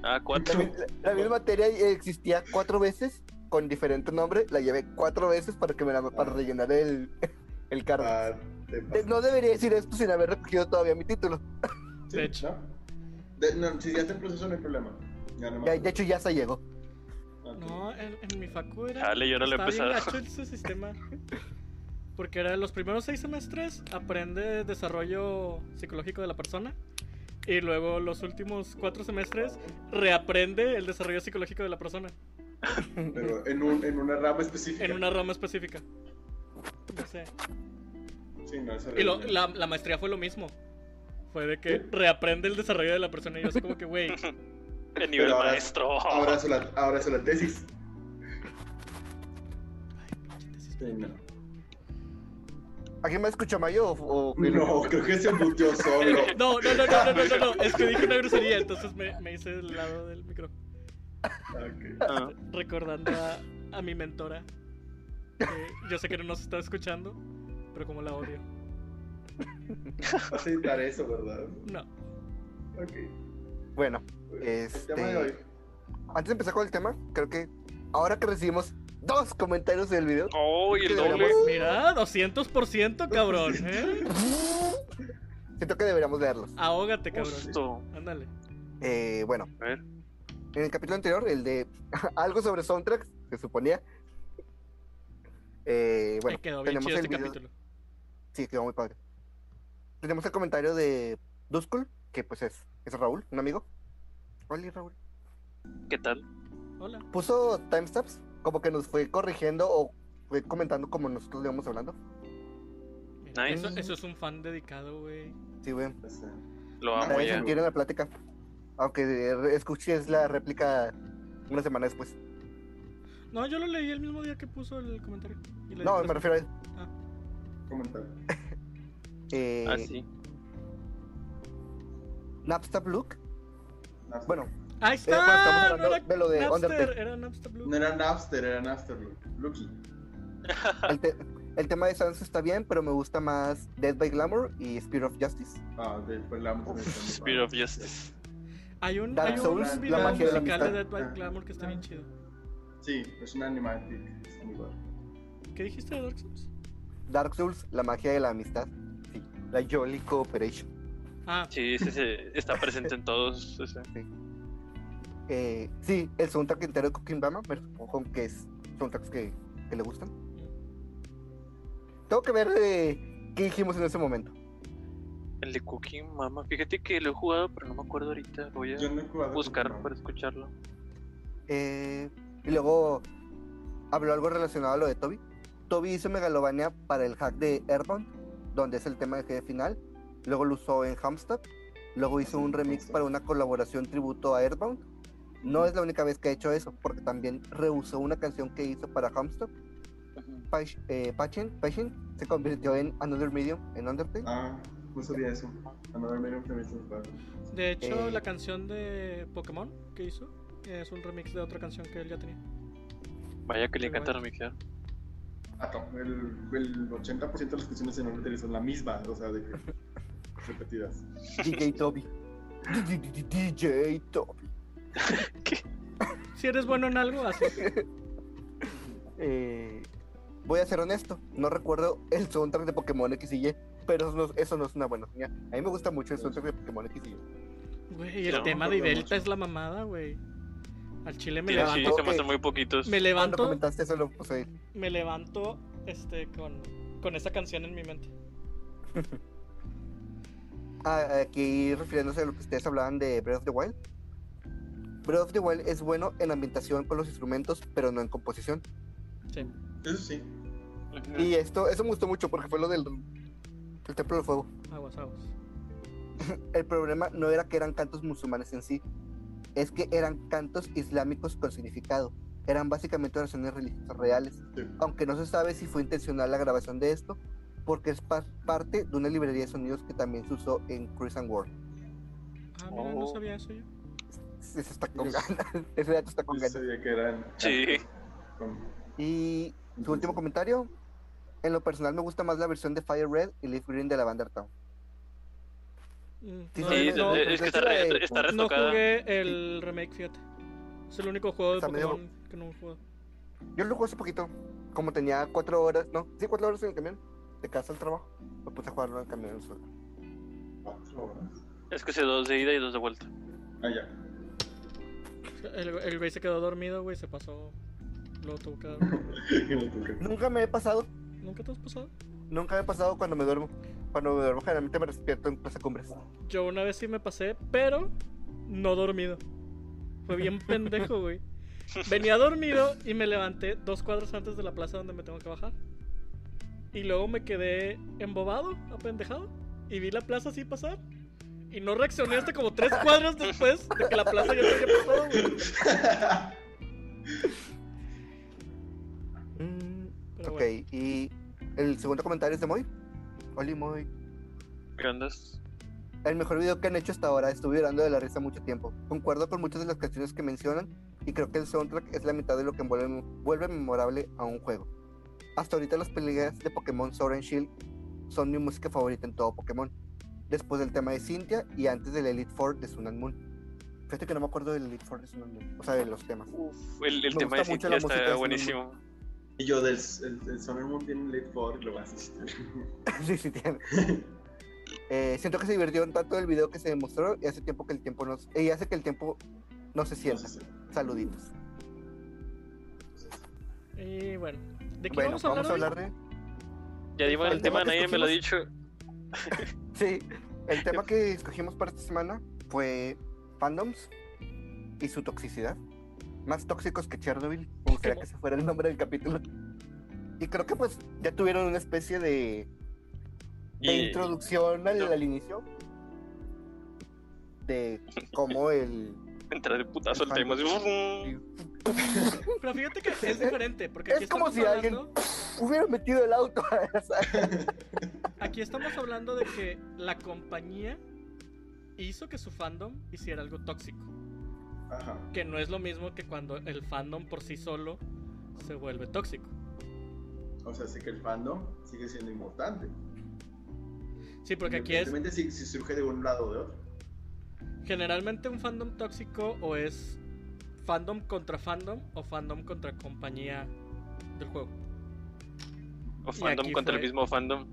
Ah, La, cuatro. mi- la- la misma materia existía cuatro veces con diferente nombre. La llevé cuatro veces para que me la para rellenar el, el cargo. Ah, te Eh, pasa. No debería decir esto sin haber recogido todavía mi título. Sí, De hecho. ¿no? De- no, si ya está en proceso, no hay problema. Ya no Ya- de hecho, ya se llegó. No, en, en mi facu era. Chale, y ahora lo estaba bien empezaron. gacho ese sistema. Porque era los primeros seis semestres aprende desarrollo psicológico de la persona. Y luego los últimos cuatro semestres reaprende el desarrollo psicológico de la persona. Pero en, un, en una rama específica. En una rama específica. No sé. Sí, no, eso Y lo- era- la, la maestría fue lo mismo. Fue de que reaprende el desarrollo de la persona. Y yo así como que, güey, De nivel Pero ahora- maestro. Ahora solo la, ahora solo la tesis. Sí, no. ¿Alguien me escucha Mayo o, o No, creo que se mutió solo. No, no, no, no, no, no, no, no. Es que dije una grosería, entonces me, me hice del lado del micro. Ok. Ah, Recordando a, a mi mentora. que yo sé que no nos está escuchando, pero como la odio. Vas a editar eso, ¿verdad? No. Ok. pues, Bueno, El tema de este. hoy. Antes de empezar con el tema, creo que ahora que recibimos dos comentarios del video, Oh, y el Creo que doble. deberíamos- Mira, 200% cabrón, ¿eh? siento que deberíamos leerlos. Ahógate, cabrón. Justo. Ándale. Eh, bueno, A ver. en el capítulo anterior, el de algo sobre soundtracks, se suponía. Eh, bueno, Me quedó bien tenemos chido el este video- capítulo. Sí, quedó muy padre. Tenemos el comentario de Duskul, que pues es, es Raúl, un amigo. Hola, Raúl. ¿Qué tal? Hola. Puso timestamps, como que nos fue corrigiendo o fue comentando como nosotros le íbamos hablando. Mira, Nice. eso, eso es un fan dedicado, güey. Sí, güey. Ah, O sea, Lo amo Nadie Vaya. se ya. entiende la plática. Aunque eh, escuches la réplica una semana después. No, yo lo leí el mismo día que puso el comentario. y le No, dije, me refiero a él. comentar. Eh, Ah, sí. Napstab Luke. Napster. Bueno, Ahí eh, bueno, estamos está. hablando Ah, no era de lo de Napster, Undertale. era Napster Blue. No era Napster, era Napster. Lucky. El, te- el tema de Sans está bien, pero me gusta más Dead by Glamour y Spear of Justice. Ah, después la amo. Spirit of Justice. Hay un, Dark hay un Souls, la video magia de la musical de amistad. Ah. Dead by Glamour que está bien chido. Sí, es un animatic. Es muy bueno. ¿Qué dijiste de Dark Souls? Dark Souls, la magia de la amistad. Sí, la Jolly Cooperation. Ah, Sí, ese, se- está presente en todos. ese. Eh, sí, el soundtrack entero de Cooking Bama, me supongo que es soundtracks que, que le gustan. Tengo que ver eh, qué dijimos en ese momento. El de Cooking Mama. Fíjate que lo he jugado, pero no me acuerdo ahorita. Voy a Yo no he jugado. buscarlo Pokémon. para escucharlo. Eh, y luego habló algo relacionado a lo de Toby. Toby hizo megalovania para el hack de Airbound, donde es el tema de jefe final. Luego lo usó en Hamstad. Luego hizo un remix para una colaboración tributo a Airbound. No es la única vez que ha hecho eso, porque también rehusó una canción que hizo para Hamstad. Ujú. Patch- eh, Patchin, Patchin se convirtió en Another Medium en Undertale. Ah, no sabía eso. A no dormir en mis padres. de hecho, Eh. la canción de Pokémon que hizo es un remix de otra canción que él ya tenía. Vaya que le Pero encanta bueno. remixear. Ah, no, el, el 80% de las canciones en Undertale son la misma, o sea, de que repetidas. DJ Toby. DJ Toby. Si eres bueno en algo, así. Eh, voy a ser honesto, no recuerdo el soundtrack de Pokémon X y Y, pero eso no, eso no es una buena señal. A mí me gusta mucho el soundtrack de Pokémon X y Y. Güey, Yo el no tema de recuerdo Idelta mucho. es la mamada, güey. Al chile me Sí, sí, levanto. se me hacen muy poquitos. Me Cuando levanto, comentaste eso lo puse ahí. me levanto este, con, con esa canción en mi mente. Ah, aquí refiriéndose a lo que ustedes hablaban de Breath of the Wild. Breath of the Wild es bueno en ambientación con los instrumentos, pero no en composición. Sí. Eso sí. Ujú. Y esto, eso me gustó mucho porque fue lo del el Templo del Fuego. Aguas, aguas. El problema no era que eran cantos musulmanes en sí, es que eran cantos islámicos con significado. eran básicamente oraciones religiosas reales, Sí. aunque no se sabe si fue intencional la grabación de esto, porque es par- parte de una librería de sonidos que también se usó en Chris and World. Ah, mira, no Oh. sabía eso yo. Eso está con ganas, ese dato está con Yo ganas. sabía que eran. Sí. Con- Y su último comentario, en lo personal me gusta más la versión de Fire Red y Leaf Green de la banda Town. Mm, Sí, no, Sí, sí, no, sí, es que está, no, re- está no retocada. jugué el remake, fíjate. Es el único juego de Está medio- Pokémon que no he jugado. Yo lo jugué hace poquito, como tenía cuatro horas, no, sí, cuatro horas en el camión, de casa al trabajo, me puse a jugarlo en el camión solo. Cuatro horas. Es que se dos de ida y dos de vuelta. Ah, ya. El el güey se quedó dormido, güey, se pasó. Luego tuvo que dar. Y lo tuve. Nunca me he pasado, ¿Nunca te has pasado? nunca me he pasado cuando me duermo. Cuando me duermo, generalmente me despierto en Plaza Cumbres. Yo una vez sí me pasé, pero no dormido. Fue bien pendejo, güey. Venía dormido y me levanté dos cuadros antes de la plaza donde me tengo que bajar. Y luego me quedé embobado, apendejado. Y vi la plaza así pasar. Y no reaccioné hasta como tres cuadros después de que la plaza ya se había pasado, güey. Mm, Pero ok, bueno. y el segundo comentario es de Moy. Oli Moy. ¿Qué andas? El mejor video que han hecho hasta ahora, estuve llorando de la risa mucho tiempo. Concuerdo con muchas de las canciones que mencionan y creo que el soundtrack es la mitad de lo que envuelve- vuelve memorable a un juego. Hasta ahorita las peleas de Pokémon Sword and Shield son mi música favorita en todo Pokémon. Después del tema de Cynthia y antes del Elite Four de Sun and Moon. Fíjate que no me acuerdo del Elite Four de Sun and Moon, o sea, de los temas. Uf, el, el Me tema gusta de mucho Cintia la música de está Sun buenísimo. Y yo del el, el Summer Moon tiene un late for lo vas a asistir. sí, sí tiene. Eh, siento que se divirtieron tanto del video que se demostró y hace tiempo que el tiempo no y hace que el tiempo no se sienta. Entonces, Saluditos. Y bueno, ¿de qué Bueno, vamos a hablar? hoy? de Ya dimos el El tema, tema que nadie me lo ha dicho. Sí, el tema que escogimos para esta semana fue fandoms y su toxicidad. Más tóxicos que Chernobyl, me gustaría que se fuera el nombre del capítulo. Y creo que pues ya tuvieron una especie de, de Y- introducción al, no. al inicio de cómo el... Entrar de putazo al El tema. fandom. así, Pero fíjate que es diferente, porque Es aquí como estamos si alguien- hablando- Hubiera metido el auto a esa- Aquí estamos hablando de que la compañía hizo que su fandom hiciera algo tóxico. Ajá. Que no es lo mismo que cuando el fandom por sí solo se vuelve tóxico. O sea, sé que el fandom sigue siendo importante. Sí, porque aquí es Independientemente si, si surge de un lado o de otro. generalmente un fandom tóxico o es fandom contra fandom o fandom contra compañía del juego. O aquí fandom contra el fue- mismo fandom.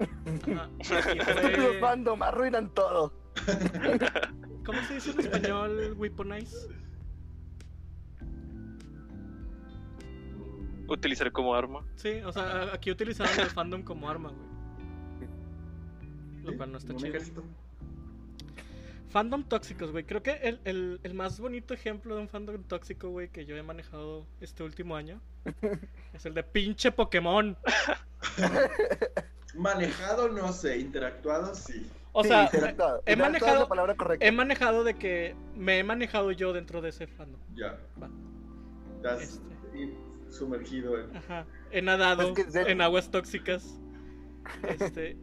Ajá. Aquí Estúpidos fue- fandom, arruinan todo. ¿Cómo se dice en español weaponize? Utilizar como arma. Sí, o sea, aquí utilizaron el fandom como arma, güey. Lo cual no está Un chido. ejército. Fandom tóxicos, güey. Creo que el, el- el más bonito ejemplo de un fandom tóxico, güey, que yo he manejado este último año es el de pinche Pokémon. Manejado, no sé. Interactuado, sí. O Sí, sea, interactuado. he Interactuado es manejado- la palabra correcta. he manejado de que me he manejado yo dentro de ese fandom. Ya. Va. Estás Este, in- sumergido en. ajá. He nadado Es que de- en aguas tóxicas. Este.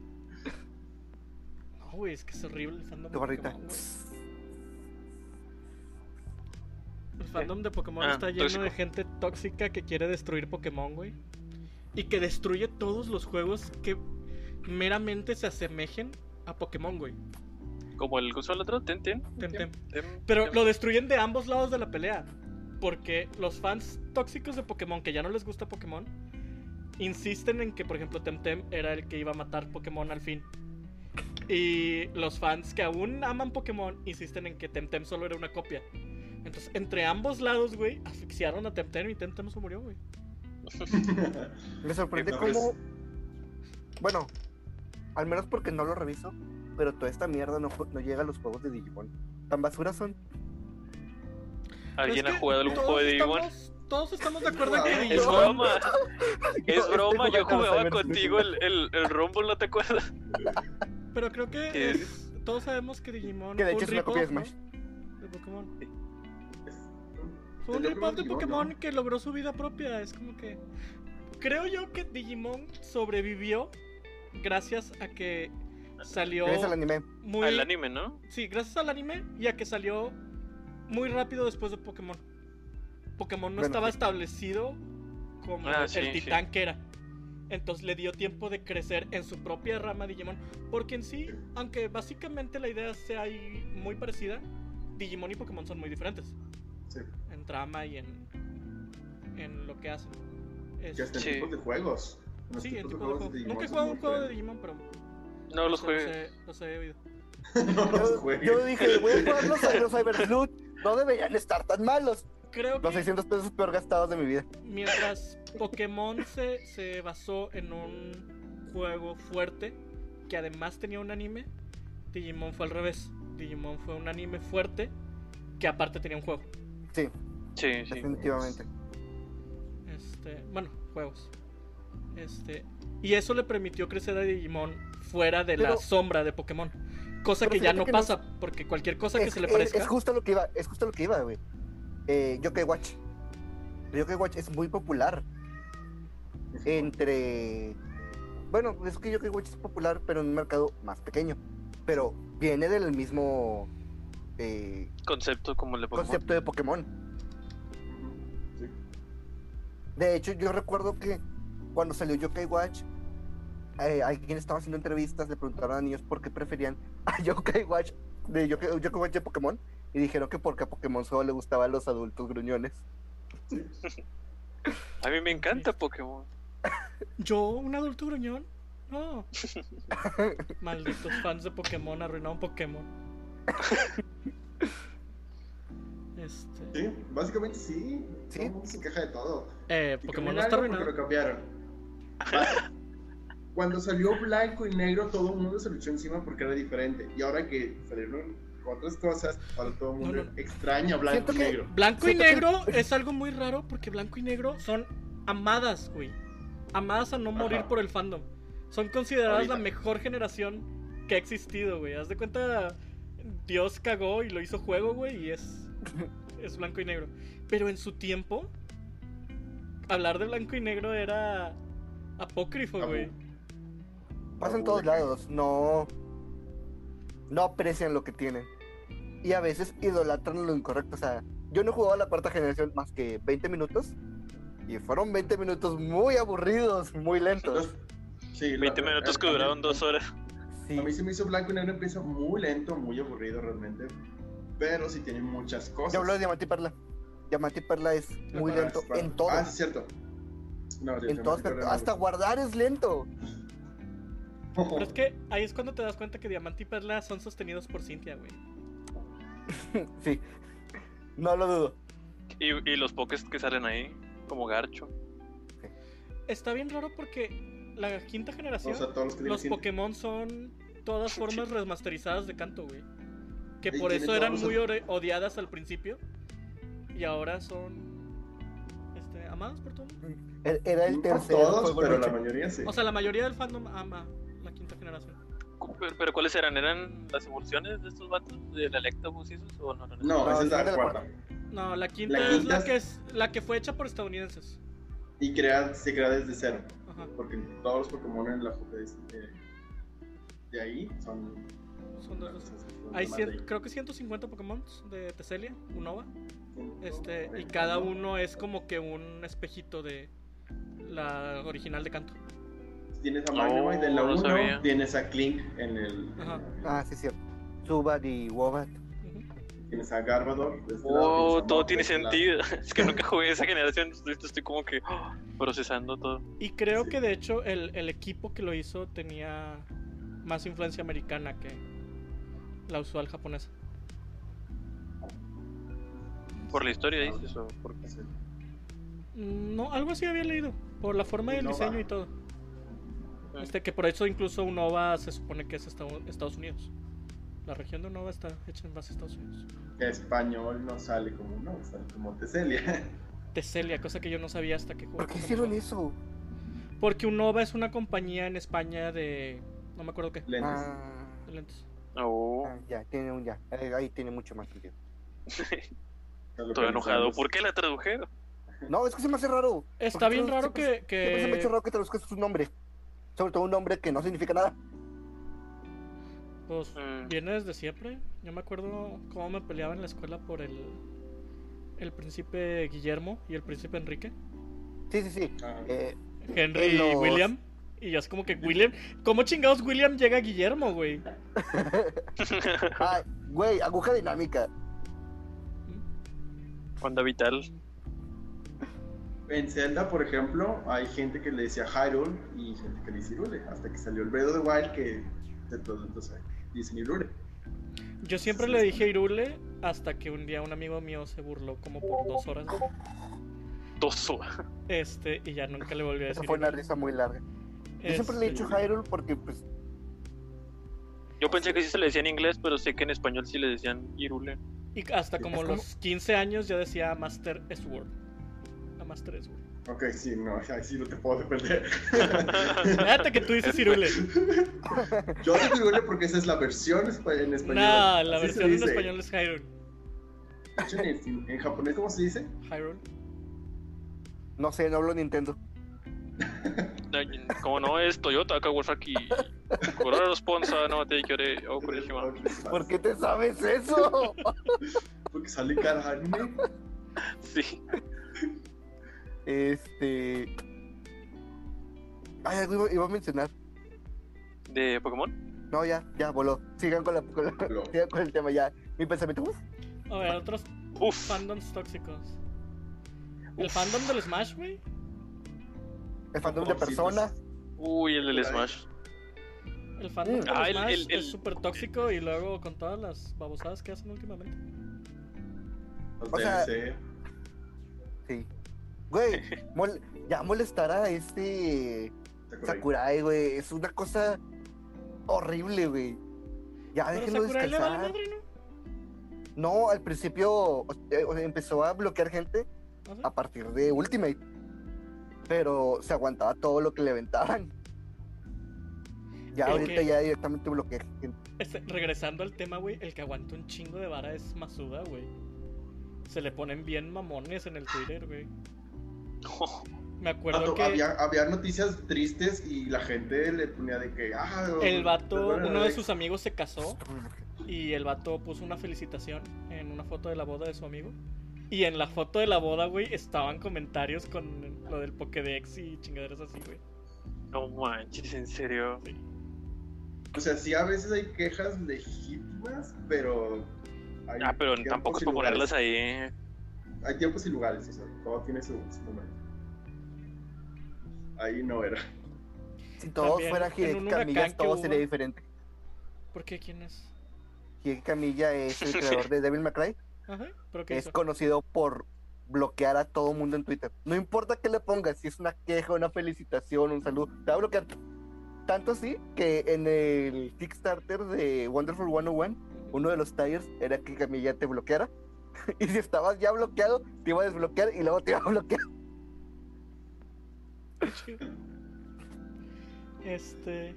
No, güey, es que es horrible el fandom. de Tu barrita. Pokémon, güey. El fandom de Pokémon Ah, está lleno de tóxico. gente tóxica que quiere destruir Pokémon, güey. Y que destruye todos los juegos que meramente se asemejen a Pokémon, güey. Como el gusto al otro, ten, ten. Tem, tem. Tem, Pero tem. lo destruyen de ambos lados de la pelea. Porque los fans tóxicos de Pokémon, que ya no les gusta Pokémon, insisten en que, por ejemplo, Temtem era el que iba a matar Pokémon al fin. Y los fans que aún aman Pokémon insisten en que Temtem solo era una copia. Entonces, entre ambos lados, güey, asfixiaron a Temtem y Temtem se murió, güey. Me sorprende Entonces- cómo. Bueno, al menos porque no lo reviso, pero toda esta mierda no, ju- no llega a los juegos de Digimon. Tan basura son. Pero ¿Alguien es ha que jugado algún todos juego de Digimon? estamos- Todos estamos de acuerdo en que Es Es Digimon- broma, es estoy broma. Yo jugando a jugaba Cyber contigo el, el, el Rumble, ¿no te acuerdas? Pero creo que ¿Qué es- todos sabemos que Digimon Que de fue hecho un es una copia de rip-off, Smash. ¿no? de Pokémon. Es- Fue un Yo ripoff de creo que yo, Pokémon ¿no? que logró su vida propia. Es como que. Creo yo que Digimon sobrevivió gracias a que salió Gracias al anime. muy. Al anime, ¿no? Sí, gracias al anime y a que salió muy rápido después de Pokémon. Pokémon no Bueno, estaba sí. establecido como Ah, el sí, titán que era. Entonces le dio tiempo de crecer en su propia rama Digimon. Porque en sí, aunque básicamente la idea sea ahí muy parecida, Digimon y Pokémon son muy diferentes Sí. en trama y en, en lo que hacen. Es- Que hasta en Sí. tipos de juegos. Los sí, el tipos de tipo de juego. juegos de Digimon Nunca he son jugado muy un juego de diferentes. Digimon, pero No los los, he- juegues. los he oído. No los Yo, juegues. yo dije, voy a jugar los Cyber- los Cyber Sleuth, No deberían estar tan malos. Creo Los que 600 pesos peor gastados de mi vida. mientras Pokémon se, se basó en un juego fuerte que además tenía un anime, Digimon fue al revés. Digimon fue un anime fuerte que aparte tenía un juego. Sí, Sí, sí. definitivamente. Este, bueno, juegos. Este, y eso le permitió crecer a Digimon fuera de la Pero- sombra de Pokémon. Cosa pero que ya fíjate no que no- pasa, porque cualquier cosa que es, se le es- parezca. es justo lo que iba, es justo lo que iba, güey. Eh, Yokai Watch. Yokai Watch es muy popular entre. Bueno, es que Yokai Watch es popular, pero en un mercado más pequeño. Pero viene del mismo eh, Concepto como el de Pokémon. concepto de Pokémon. Sí. De hecho, yo recuerdo que cuando salió Yokai Watch, eh, alguien estaba haciendo entrevistas, le preguntaron a niños por qué preferían a Yokai Watch de Yokai, Yokai Watch de Pokémon. Y dijeron que porque a Pokémon solo le gustaban los adultos gruñones. A mí me encanta Pokémon. ¿Yo, un adulto gruñón? No. Malditos fans de Pokémon arruinaron Pokémon. Este. Sí, básicamente sí. Sí. Todo el mundo se queja de todo. Eh, Y Pokémon cambiaron no está algo porque arruinado. lo cambiaron. Basta. Cuando salió blanco y negro, todo el mundo se luchó encima porque era diferente. Y ahora que salieron otras cosas, ahora todo el mundo No, no. extraña Siento blanco y que- negro. Blanco y Siento que- negro es algo muy raro porque blanco y negro son amadas, güey. Amadas a no morir Ajá. por el fandom. Son consideradas Ahorita. la mejor generación que ha existido, güey. Haz de cuenta, Dios cagó y lo hizo juego, güey, y es, es blanco y negro. Pero en su tiempo, hablar de blanco y negro era apócrifo, Tabú. güey. Pasa en Tabú todos de que- lados, no, no aprecian lo que tienen. Y a veces idolatran lo incorrecto. O sea, yo no jugaba la cuarta generación más que 20 minutos. Y fueron 20 minutos muy aburridos, muy lentos. Los- Sí, 20 la- minutos a- que a mí- duraron dos horas. Sí. A mí se me hizo blanco y negro, empieza muy lento, muy aburrido realmente. Pero sí tiene muchas cosas. Yo hablo de Diamante y Perla. Diamante y Perla es muy para- lento Para- en todo. Ah, sí, es cierto. No, sí, en todo aspecto. Diamante Hasta guardar es lento. y Perla no. Pero es que ahí es cuando te das cuenta que Diamante y Perla son sostenidos por Cintia, güey. Sí. No lo dudo. Y, y los Pokés que salen ahí, como Garcho. Está bien raro porque la quinta generación... O sea, todos los que tienen Los cien- Pokémon son todas formas remasterizadas de canto, güey. Que Y por tiene eso eran todos los- muy ore- odiadas al principio. Y ahora son. Este, amadas por todo. el mundo. E- Era el No tercer todos, juego pero lucha. la mayoría sí. O sea, la mayoría del fandom ama la quinta generación. Pero, pero ¿cuáles eran? ¿Eran las evoluciones de estos vatos? ¿Del Electabuzz y esos? ¿O no? eran no, no, esa es esa es la la cuarta. No, la quinta, La es, quinta la es- que es la que fue hecha por estadounidenses. Y crea, se crea desde cero. Ajá. Porque todos los Pokémon en la de, de ahí son. Son Ah, de esos. son Hay más cien- de ahí. creo que 150 Pokémon de Teselia, Unova. Son- Este, son- y cada uno es como que un espejito de la original de canto. Tienes a No, Magnemite en la Oh, no 1, sabía. tienes a Clink en el. Ajá. Ah, sí, cierto. Zubat y Wobat. Tienes a Garbador. de este lado, Oh, tienes a todo Mop, de tiene este lado. sentido. Es que nunca jugué esa generación. Estoy, estoy como que ah, procesando todo. Y creo Sí. que de hecho el, el equipo que lo hizo tenía más influencia americana que la usual japonesa. Por la historia, dices. o por qué? Sí. Mm, No, algo así había leído, por la forma y el Unova. diseño y todo. Este, que por eso incluso Unova se supone que es Estado- Estados Unidos. La región de Unova está hecha en base a Estados Unidos. Que español no sale como no, sale como Teselia. Teselia, cosa que yo no sabía hasta que jugué ¿Por qué Pokémon hicieron Go. eso? Porque Unova es una compañía en España de... no me acuerdo qué. Lentes. Ah, de lentes. Oh, ah, ya, tiene un ya. Eh, Ahí tiene mucho más sentido. Estoy enojado. ¿Por qué la tradujeron? No, es que se me hace raro. Está Porque bien todos- raro siempre- que, siempre Se me hace que raro que traduzcas su nombre. Sobre todo un nombre que no significa nada. pues, Mm. viene desde siempre. Yo me acuerdo cómo me peleaba en la escuela por el, el príncipe Guillermo y el príncipe Enrique. Sí, sí, sí. Ah, Eh, Henry En los- y William. Y ya es como que William. ¿Cómo chingados William llega a Guillermo, güey? ay, güey, aguja dinámica. Onda vital. En Zelda, por ejemplo, hay gente que le decía Hyrule y gente que le dice Irule, hasta que salió el Breath of the Wild que de todo entonces dicen Irule. Yo siempre Sí, le está dije Irule hasta que un día un amigo mío se burló como por dos horas. Toso. Este, y ya nunca le volví a Esa decir. fue una Irule. risa muy larga. Yo siempre le he dicho Este, Hyrule porque, pues, Yo pensé que sí se le decía en inglés, pero sé que en español sí le decían Irule. Y hasta Es como como- los 15 años ya decía Master Sword. A Master Sword. Ok, sí, no, ahí sí no te puedo defender. Fíjate que tú dices Irule. Yo digo Irule porque esa es la versión espa- en No, español. la Así se versión en dice. español es Hyrule. De hecho, En, en japonés, ¿cómo se dice? Hyrule. no sé, no hablo Nintendo. Como no es Toyota, Kawasaki. Corona Sponsa, no te quiere. Oh, Kurishima. ¿Por qué te sabes eso? Porque sale cada anime. Sí. este. Ay, algo iba, iba a mencionar. ¿De Pokémon? No, ya, ya, voló. Sigan con, la, con, la- Voló. sigan con el tema, ya. Mi pensamiento. uf, A ver, otros Uf. fandoms tóxicos. El fandom del Smash, güey. el fandom de Popsitos. persona. Uy, el del Smash. El fandom del Ah, el- Smash el- el- es súper tóxico y luego con todas las babosadas que hacen últimamente. Los O sea- DLC. Sí. Güey, mol- ya molestará a este Sakurai. Sakurai, güey. Es una cosa horrible, güey. Ah, Ya Pero déjenlo Sakurai le vale descansar. madre, ¿no? No, al principio o- o- empezó a bloquear gente ¿No sé? Ah. a partir de Ultimate. Pero se aguantaba todo lo que le aventaban. Ya Ok. ahorita ya directamente bloquea gente. Este, regresando al tema, güey, el que aguanta un chingo de vara es Masuda, güey. Se le ponen bien mamones en el Twitter, güey. Me acuerdo Vato, que Ah, había, había noticias tristes y la gente le ponía de que. Ah, el vato, perdóname, uno de Alex". sus amigos se casó y el vato puso una felicitación en una foto de la boda de su amigo. Y en la foto de la boda, güey, estaban comentarios con lo del Pokédex y chingaderas así, güey. no manches, en serio. O sea, sí, a veces hay quejas legítimas, pero. Hay Ah, pero tiempos tampoco es y para lugares. ponerlas ahí. Hay tiempos y lugares, o sea, todo tiene su, su momento. Ahí no era. Si todos También, fueran en Hideki un Camillas, huracán que todo hubo. sería diferente. ¿Por qué? ¿Quién es? Hideki Camilla es el creador de Devil May Cry. Ajá, pero ¿qué Es hizo? conocido por bloquear a todo mundo en Twitter. No importa qué le pongas, si es una queja, una felicitación, un saludo, te va a bloquear. Tanto así que en el Kickstarter de Wonderful 101, uno de los tires era que Camilla te bloqueara. Y si estabas ya bloqueado, te iba a desbloquear y luego te iba a bloquear. Este.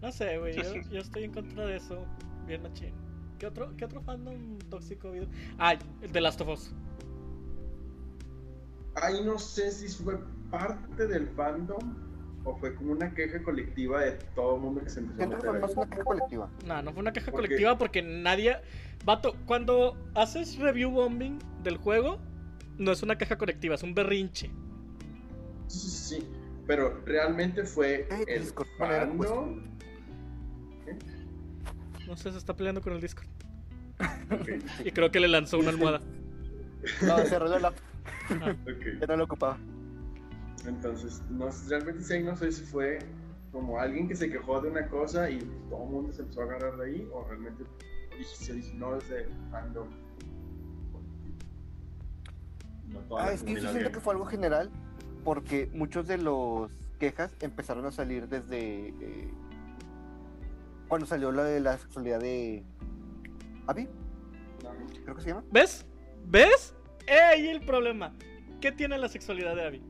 No sé, güey. Yo, yo estoy en contra de eso. Bien machín. ¿Qué otro, ¿Qué otro fandom tóxico ha habido? Ah, el de Last of Us. Ahí no sé si fue parte del fandom o fue como una queja colectiva de todo el mundo que se empezó a Siento que fue meter. más ahí. una queja colectiva. No, no fue una queja ¿Por qué? colectiva porque nadie. Vato, cuando haces review bombing del juego, no es una queja colectiva, es un berrinche. Sí, sí, sí. Pero realmente fue Eh, el Discord, bueno, era fandom. No sé, se está peleando con el Discord. Ok, Y creo que le lanzó una almohada. No, cerró la lap, ok. ya no lo ocupaba. Entonces, no, sé, realmente sí, no sé si fue como alguien que se quejó de una cosa y todo el mundo se empezó a agarrar de ahí, o realmente orig- se originó desde el fandom. No toda la Ah, es que yo sí comunidad siento gay. que fue algo general, porque muchos de los quejas empezaron a salir desde eh, cuando salió la de la sexualidad de Abby, No, creo que se llama. ¿Ves? ¿Ves? ¡Ey, el problema! ¿Qué tiene la sexualidad de Abby?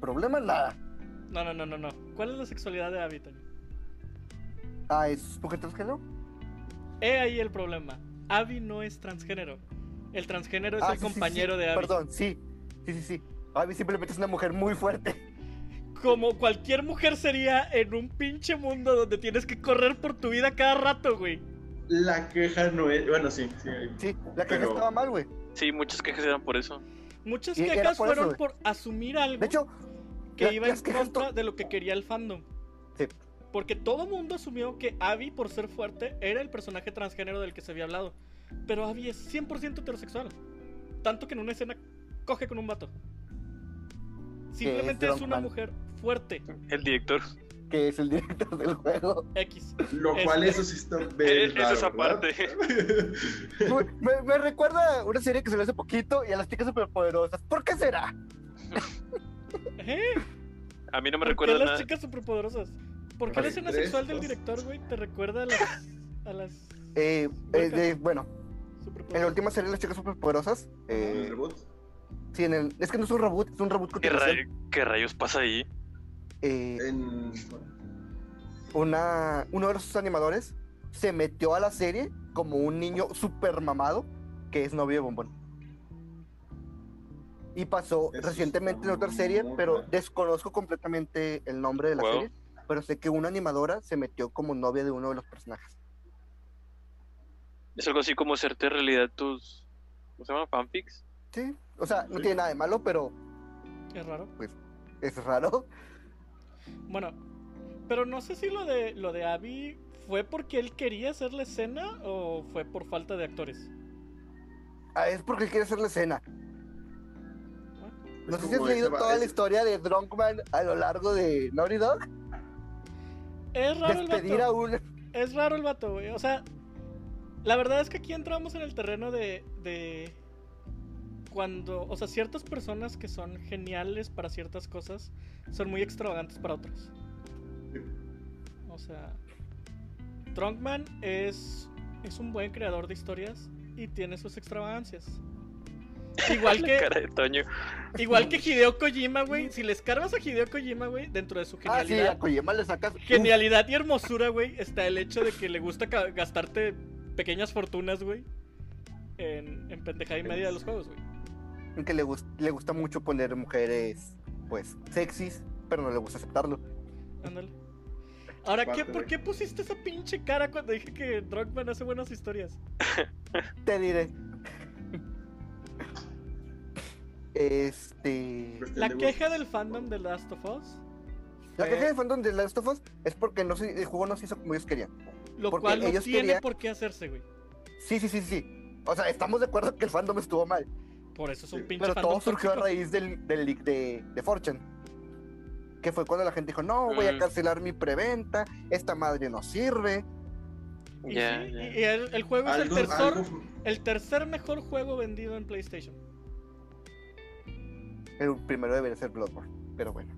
Problema nada. No, no, no, no, no. ¿Cuál es la sexualidad de Abby, Toño? Ah, es mujer transgénero. He ahí el problema. Abby no es transgénero. El transgénero es Ah, el sí, sí, compañero sí. de Abby. Perdón, sí. Sí, sí, sí. Abby simplemente es una mujer muy fuerte. Como cualquier mujer sería en un pinche mundo donde tienes que correr por tu vida cada rato, güey. La queja no es. Bueno, sí, sí. Sí, la queja Pero- estaba mal, güey. Sí, muchas quejas eran por eso. Muchas Y era quejas por eso, fueron güey. por asumir algo De hecho, que la- iba en las quejas to- contra de lo que quería el fandom. Sí. Porque todo mundo asumió que Abby, por ser fuerte, era el personaje transgénero del que se había hablado. Pero Abby es 100% heterosexual. Tanto que en una escena coge con un vato. Simplemente es Drunk una Man. mujer fuerte. El director. que es el director del juego. X. Lo Es- cual, eso sí está. Eh, bien Es esa raro, ¿verdad? parte. Me, me- me recuerda una serie que se le hace poquito y a las chicas superpoderosas. ¿Por qué será? ¿Eh? A mí no me ¿Por qué recuerda las nada. chicas superpoderosas? ¿Por qué Ay, la escena tres, sexual del dos. director, güey, te recuerda a las, a las Eh, eh, de- bueno, en la superpoderosas? última serie de las chicas superpoderosas. ¿El Eh, reboot? sí, en el, es que no es un reboot, es un reboot ¿Qué, continuación. ra- qué rayos pasa ahí? Eh, En- una, uno de sus animadores se metió a la serie como un niño super mamado que es novio de Bombón. Y pasó Eso recientemente está en otra muy serie, mal. pero desconozco completamente el nombre de la Wow. serie. Pero sé que una animadora se metió como novia de uno de los personajes. Es algo así como hacerte realidad tus. ¿Cómo se llama? Fanfics. Sí, o sea, no Sí. tiene nada de malo, pero Es raro. es raro. Bueno, pero no sé si lo de lo de Abby fue porque él quería hacer la escena o fue por falta de actores. Ah, es porque él quiere hacer la escena. No sé si has como ese leído va- toda la ese- historia de Drunkman a lo largo de Naughty Dog. Es raro Ah, el Despedir a vato. un Ah, Es raro el vato, güey. O sea, la verdad es que aquí entramos en el terreno de, de cuando, o sea, ciertas personas que son geniales para ciertas cosas son muy extravagantes para otras. O sea, Trunkman es, es un buen creador de historias y tiene sus extravagancias. Igual que, La cara de Toño. Igual que Hideo Kojima, güey. Si le escarbas a Hideo Kojima, güey, dentro de su Ah, sí, genialidad, a Kojima le sacas. genialidad y hermosura, güey, está el hecho de que le gusta ca- gastarte pequeñas fortunas, güey, en, en pendejada y media de los juegos, güey. Uf, que le, gus- le gusta mucho poner mujeres, pues, sexys, pero no le gusta aceptarlo. Ándale. Ahora, ¿qué, Parte de- ¿por qué pusiste esa pinche cara cuando dije que Drunkman hace buenas historias? Te diré. Este. cuestión La de queja gustos. del fandom de Last of Us, La fue- queja de fandom de Last of Us es porque no se- el juego no se hizo como ellos querían. lo Porque cual no tiene ellos querían- por qué hacerse, güey. Sí, sí, sí, sí. O sea, estamos de acuerdo que el fandom estuvo mal, Por eso es un Sí, pinche pero fandom todo surgió a tóxico. raíz del, del leak de, de Fortune. Que fue cuando la gente dijo, no, voy a Mm. cancelar mi preventa, esta madre no sirve. Y, Ya, sí, ya. y- y el, el juego Algo, es el tercer, algo- el tercer mejor juego vendido en PlayStation. El primero debería ser Bloodborne, pero bueno,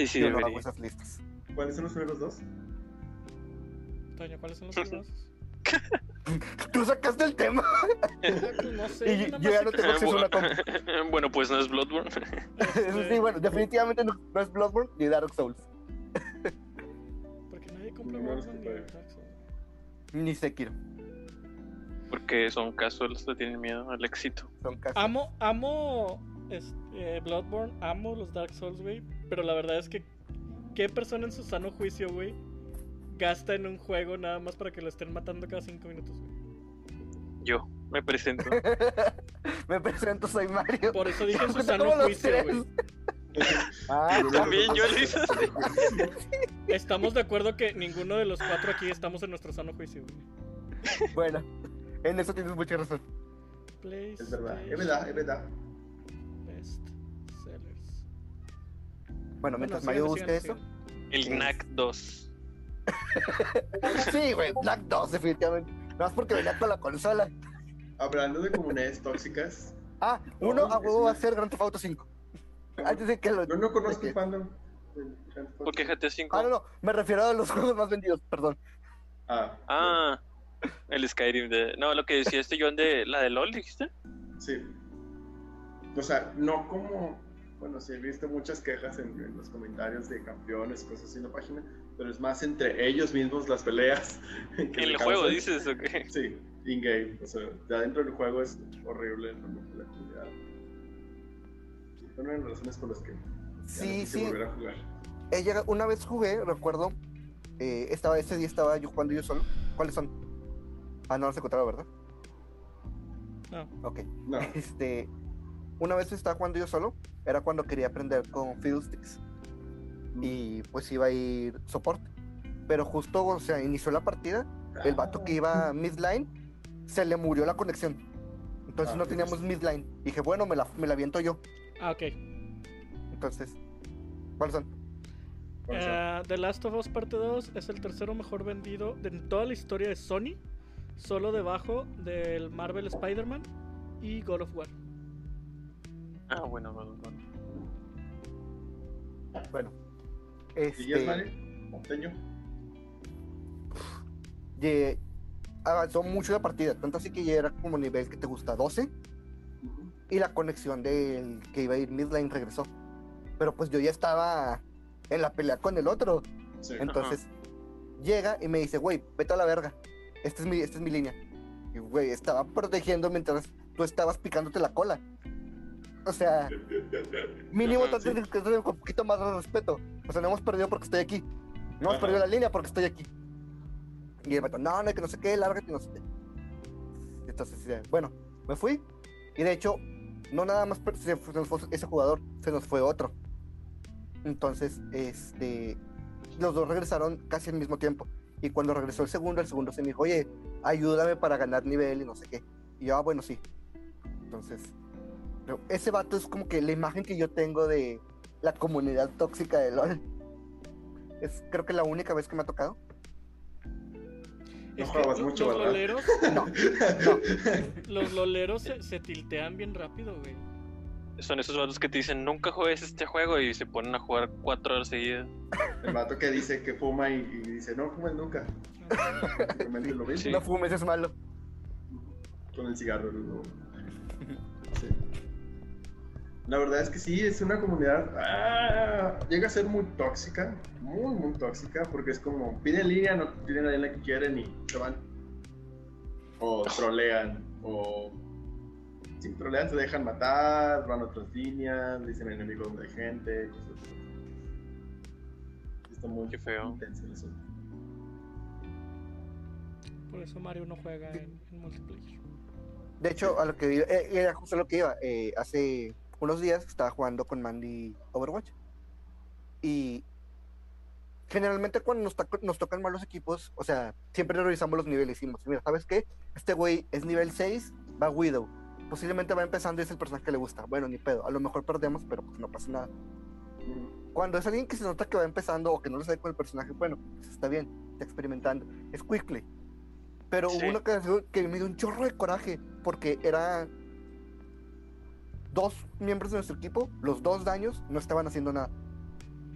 Sí, sí, yo no debería. hago esas listas. ¿Cuáles son los primeros dos? Toño, ¿cuáles son los primeros? Tú sacaste el tema. no sé. Y yo yo nada ya más no sé tengo acceso a una compu. bueno, pues no es Bloodborne. que- Eso sí, bueno, definitivamente no, no es Bloodborne ni Dark Souls. Porque nadie compra No, no Bloodborne ni sé. Dark Souls. Ni Sekiro. Porque son casuales, le tienen miedo al éxito. Son casi. Amo, amo este, eh, Bloodborne, amo los Dark Souls, güey. Pero la verdad es que, ¿qué persona en su sano juicio, güey, gasta en un juego nada más para que lo estén matando cada cinco minutos, güey? Yo me presento. Me presento, soy Mario. Por eso dije en su Somos sano los juicio, tres. güey. Ah, También yo le hice así. Estamos de acuerdo que ninguno de los cuatro aquí estamos en nuestro sano juicio, güey. bueno, en eso tienes mucha razón. Es verdad, es verdad, es verdad. Best sellers. Bueno, mientras Mario busque eso. El NAC 2. Sí, güey, Black 2, definitivamente. Nada más porque venía con la consola. Hablando de comunidades tóxicas, Ah, uno No, a huevo es va a una- ser Grand Theft Auto 5. Antes de que lo. yo no conozco de que- el fandom. Porque GT5. Ah, no, no, me refiero a los juegos más vendidos, perdón. Ah, Ah, el Skyrim de... No, lo que decía este John de... ¿La de LOL dijiste? sí. O sea, no como. Bueno, sí, he visto muchas quejas en, en los comentarios de campeones, cosas así en la página, pero es más entre ellos mismos las peleas. que En se el juego causan. dices, ¿o qué? Sí. in-game. O sea, ya dentro del juego es horrible la manipulatividad. Son las razones por las que ya no Sí, quise sí. volver a jugar. He llegado- una vez jugué, recuerdo, eh, estaba ese día estaba yo jugando yo solo. ¿Cuáles son? Ah, no los he encontrado, ¿verdad? No. Ok. No, Este, una vez estaba jugando yo solo, era cuando quería aprender con Fiddlesticks. Y pues iba a ir soporte. Pero justo, o sea, inició la partida, el vato que iba midline, se le murió la conexión. Entonces Ah, no sí, teníamos midline. Dije, bueno, me la, me la aviento yo. Ah, ok. Entonces, ¿cuáles son? por eso. Eh, The Last of Us Parte 2 es el tercero mejor vendido de- en toda la historia de Sony, solo debajo del Marvel Spider-Man y God of War. Ah, bueno, bueno, bueno. Bueno. ¿Sigues, Este, Mario? Monteño. ye- avanzó mucho la partida, tanto así que ya era como nivel que te gusta 12. Ujú. y la conexión del que iba a ir midline regresó. Pero pues yo ya estaba en la pelea con el otro. Sí. Entonces llega y me dice, güey, vete a la verga. Esta es mi, esta es mi línea. Y güey, estaba protegiendo mientras tú estabas picándote la cola. O sea, mínimo Ajá, tú sí. tienes que tener un poquito más de respeto. O sea, no hemos perdido porque estoy aquí. No hemos Ajá. perdido la línea porque estoy aquí. Y el vato, no, no, que no sé qué, lárgate, no sé qué. Entonces, ya, bueno, me fui. Y de hecho, no nada más per- se, fu- se nos fue ese jugador, se nos fue otro. Entonces, este, los dos regresaron casi al mismo tiempo. Y cuando regresó el segundo, el segundo se me dijo, oye, ayúdame para ganar nivel y no sé qué. Y yo, ah, bueno, sí. Entonces, pero ese vato es como que la imagen que yo tengo de la comunidad tóxica de LOL. Es creo que la única vez que me ha tocado. No juegas lo- mucho, los ¿verdad? loleros, No, los loleros se, se tiltean bien rápido, güey. Son esos vatos que te dicen nunca juegues este juego y se ponen a jugar cuatro horas seguidas. El vato que dice que fuma y, y dice, no fumes nunca. Realmente lo mismo. Sí. no fumes, es malo. Con el cigarro. ¿no? Sí. La verdad es que sí, es una comunidad. ah, llega a ser muy tóxica. Muy, muy tóxica. Porque es como piden línea, no piden la línea que quieren y se van. O trolean. O. Si trolean, se dejan matar. Van a otras líneas. le Dicen enemigos donde hay gente. Cosas así. Está muy Qué feo. intenso el asunto. Por eso Mario no juega en, en multiplayer. De hecho, a lo que iba- eh, era justo lo que iba. eh, hace unos días estaba jugando con Mandy Overwatch. Y generalmente cuando nos, toc- nos tocan malos equipos, o sea, siempre revisamos los niveles y decimos, mira, ¿sabes qué? Este güey es nivel 6, va Widow. Posiblemente va empezando y es el personaje que le gusta. Bueno, ni pedo. A lo mejor perdemos, pero pues no pasa nada. Cuando es alguien que se nota que va empezando o que no le sale con el personaje, bueno, pues está bien, está experimentando. Es Quickly. Pero Sí. hubo una canción que me dio un chorro de coraje porque era dos miembros de nuestro equipo, los dos daños no estaban haciendo nada.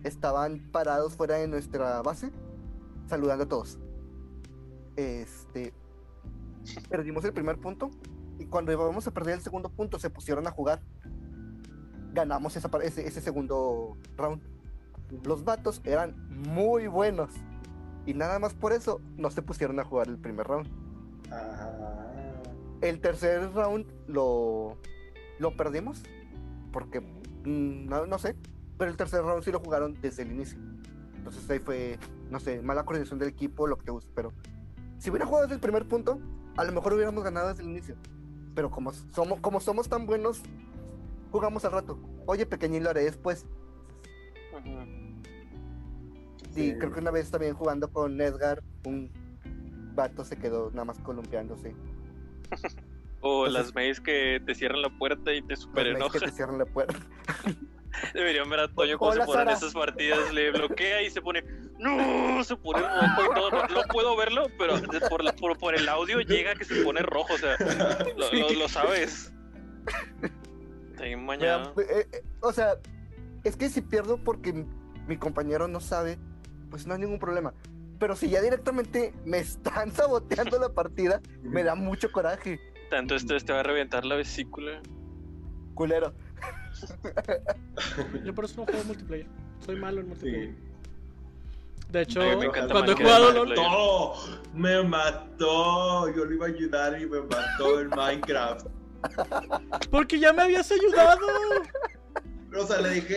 Estaban parados fuera de nuestra base, saludando a todos. Este, perdimos el primer punto y cuando íbamos a perder el segundo punto se pusieron a jugar. Ganamos esa par- ese, ese segundo round. Los vatos eran muy buenos y nada más por eso no se pusieron a jugar el primer round. Ah. El tercer round lo, lo perdimos porque Ujú. mm, no, no sé, pero el tercer round sí lo jugaron desde el inicio. Entonces ahí fue, no sé, mala coordinación del equipo, lo que te guste, pero si hubiera jugado desde el primer punto, a lo mejor hubiéramos ganado desde el inicio. Pero como somos, como somos tan buenos, jugamos al rato. Oye, pequeñín, pues, lo haré después. Ajá. Sí, Sí. creo que una vez también jugando con Edgar, un vato se quedó nada más columpiándose. O Entonces- las mails que te cierran la puerta y te super Pero no que enojan. te cierran la puerta. Deberían ver a Toño cómo se Hola, ponen Sara. esas partidas. Le bloquea y se pone. ¡No! Se pone rojo y todo. No, no puedo verlo, pero de- por, la- por, por el audio llega que se pone rojo. O sea, lo, lo- lo sabes. Está bien Me da- mañana. eh, eh, o sea, es que si pierdo porque m- mi compañero no sabe, pues no hay ningún problema. Pero si ya directamente me están saboteando la partida, me da mucho coraje, Tanto estrés te va a reventar la vesícula. culero. Yo por eso no juego multiplayer. Soy malo en multiplayer. Sí. De hecho, Ay, me encanta cuando he Minecraft. jugado LOL, Minecraft. mató, me mató. Yo le iba a ayudar y me mató en Minecraft. porque ya me habías ayudado. O sea, le dije,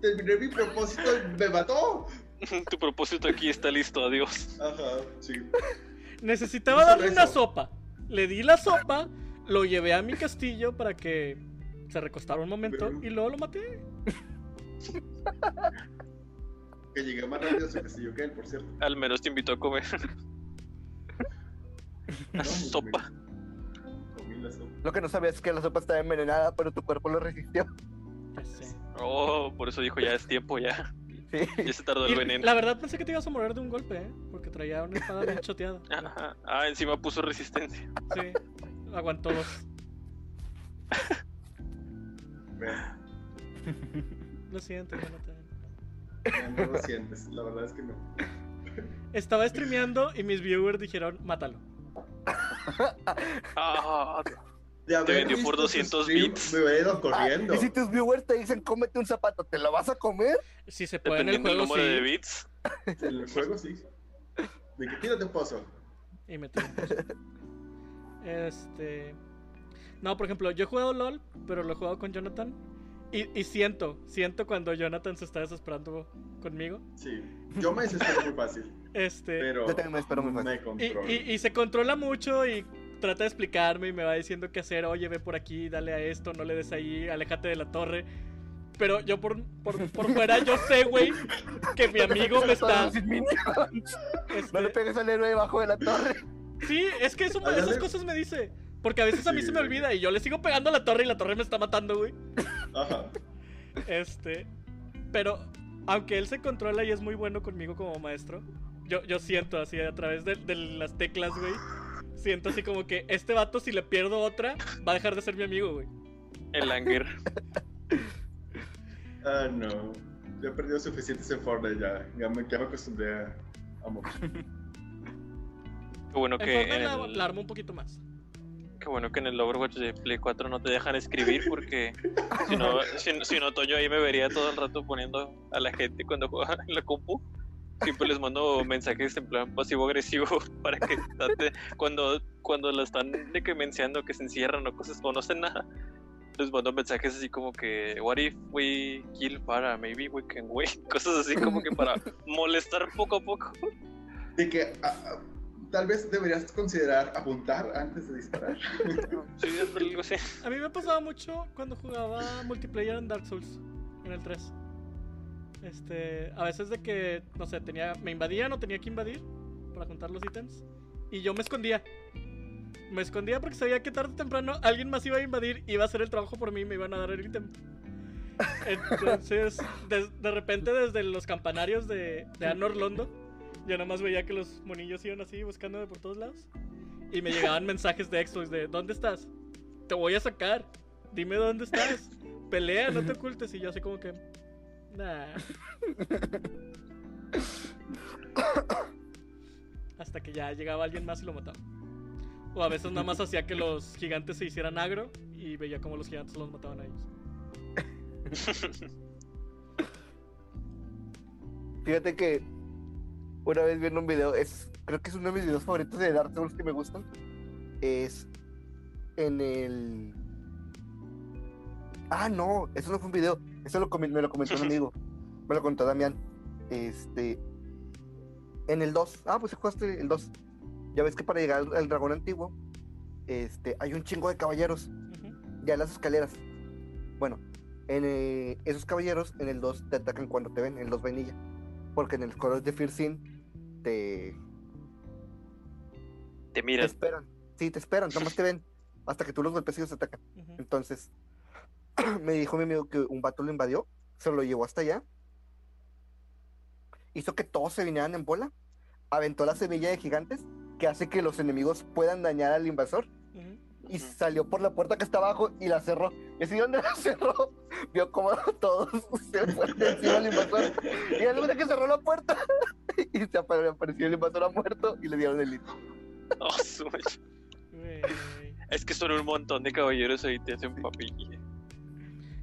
"Te- terminé mi propósito y me mató. Tu propósito aquí está listo, adiós. Ajá, sí. Necesitaba Hizo darle una eso. sopa. Le di la sopa, lo llevé a mi castillo para que se recostara un momento y luego lo maté. Que llegué más rápido a su castillo que él, por cierto. Al menos te invitó a comer No, pues, sopa. me comí la sopa. Lo que no sabías es que la sopa estaba envenenada, pero tu cuerpo lo resistió. Ya sé. Oh, por eso dijo ya es tiempo, ya. Sí. Ya se tardó Y el veneno. la verdad pensé que te ibas a morir de un golpe, ¿eh? porque traía una espada bien choteada. Ajá. Ah, encima puso resistencia. Sí, aguantó dos. Bueno, Lo siento, Jonathan. no lo sientes, la verdad es que no. Estaba streameando y mis viewers dijeron, mátalo. Ah, De haber vendió por visto su 200 stream, bits. Me hubiera ido Ah, corriendo. y si tus viewers te dicen cómete un zapato, ¿te lo vas a comer? Si se puede en el dependiendo del juego, número de sí. bits. En el juego sí. De que tírate un pozo. Y me tiró. Este. No, por ejemplo, yo he jugado LOL, pero lo he jugado con Jonathan. Y, y siento, siento cuando Jonathan se está desesperando conmigo. Sí. Yo me desespero muy fácil. Este. Pero Yo también me espero muy fácil. me Y, controlo. y- y se controla mucho y trata de explicarme y me va diciendo qué hacer. Oye, ve por aquí, dale a esto, no le des ahí, aléjate de la torre. Pero yo por, por, por fuera, yo sé, güey, que mi amigo me está. Sin minions. No le este, pegues al héroe debajo de la torre. Sí, es que eso, me- esas Ándale. cosas me dice. Porque a veces a mí Sí, se me güey. olvida y yo le sigo pegando a la torre y la torre me está matando, güey. Ajá. Este. Pero, aunque él se controla y es muy bueno conmigo como maestro, yo, yo siento así a través de, de las teclas, güey. Siento así como que este vato, si le pierdo otra, va a dejar de ser mi amigo, güey. El anger. Ah, no. Yo he perdido suficientes en Fortnite ya. Ya me, ya me acostumbré a, a morir. Qué bueno En que Fortnite en la, el- la armo un poquito más. Qué bueno que en el Overwatch de Play 4 no te dejan escribir porque si no, si, si no Toño ahí me vería todo el rato poniendo a la gente cuando juega en la compu. Siempre les mando mensajes en plan pasivo-agresivo para que trate- cuando, cuando la están de que menseando, que se encierran o cosas o no hacen nada. Les mando mensajes así como que, what if we kill para, maybe we can wait. Cosas así como que para molestar poco a poco. De que ah, ah, tal vez deberías considerar apuntar antes de disparar. Sí, algo así. A mí me pasaba mucho cuando jugaba multiplayer en Dark Souls, en el 3. Este, a veces de que, no sé, tenía, me invadían o tenía que invadir para juntar los ítems. Y yo me escondía. Me escondía porque sabía que tarde o temprano alguien más iba a invadir, iba a hacer el trabajo por mí y me iban a dar el ítem. Entonces, de, de repente desde los campanarios de, de Anor Londo, yo nada más veía que los monillos iban así buscándome por todos lados. Y me llegaban mensajes de Xbox de, ¿dónde estás? te voy a sacar. Dime dónde estás. Pelea, no te ocultes. Y yo así como que. Nah. Hasta que ya llegaba alguien más y lo mataba. O a veces nada más hacía que los gigantes se hicieran agro y veía como los gigantes los mataban a ellos. Fíjate que una vez viendo un video, es, creo que es uno de mis videos favoritos de Dark Souls que me gustan. Es en el. Ah, no, eso no fue un video. Eso lo comen- me lo comentó un amigo. Me lo contó Damián. Este. En el 2. Ah, pues jugaste el 2. Ya ves que para llegar al, al dragón antiguo, este, hay un chingo de caballeros Ujú. ya en las escaleras. Bueno, en, eh, esos caballeros en el 2 te atacan cuando te ven, en el 2 vainilla. Porque en el color de Firsin te, Te te miran. esperan. Sí, te esperan, nomás te ven. Hasta que tú los golpes y ellos atacan. Ujú. Entonces, me dijo mi amigo que un vato lo invadió, se lo llevó hasta allá. Hizo que todos se vinieran en bola. Aventó la semilla de gigantes que hace que los enemigos puedan dañar al invasor. Ujú. y Ujú. salió por la puerta que está abajo y la cerró. Y así donde la cerró, vio cómo todos se le fueron encima al invasor. Y al hombre que cerró la puerta y se apare- apareció el invasor ha muerto y le dieron el hito. Oh, su mecha. Güey. Es que son un montón de caballeros ahí te hacen papilla.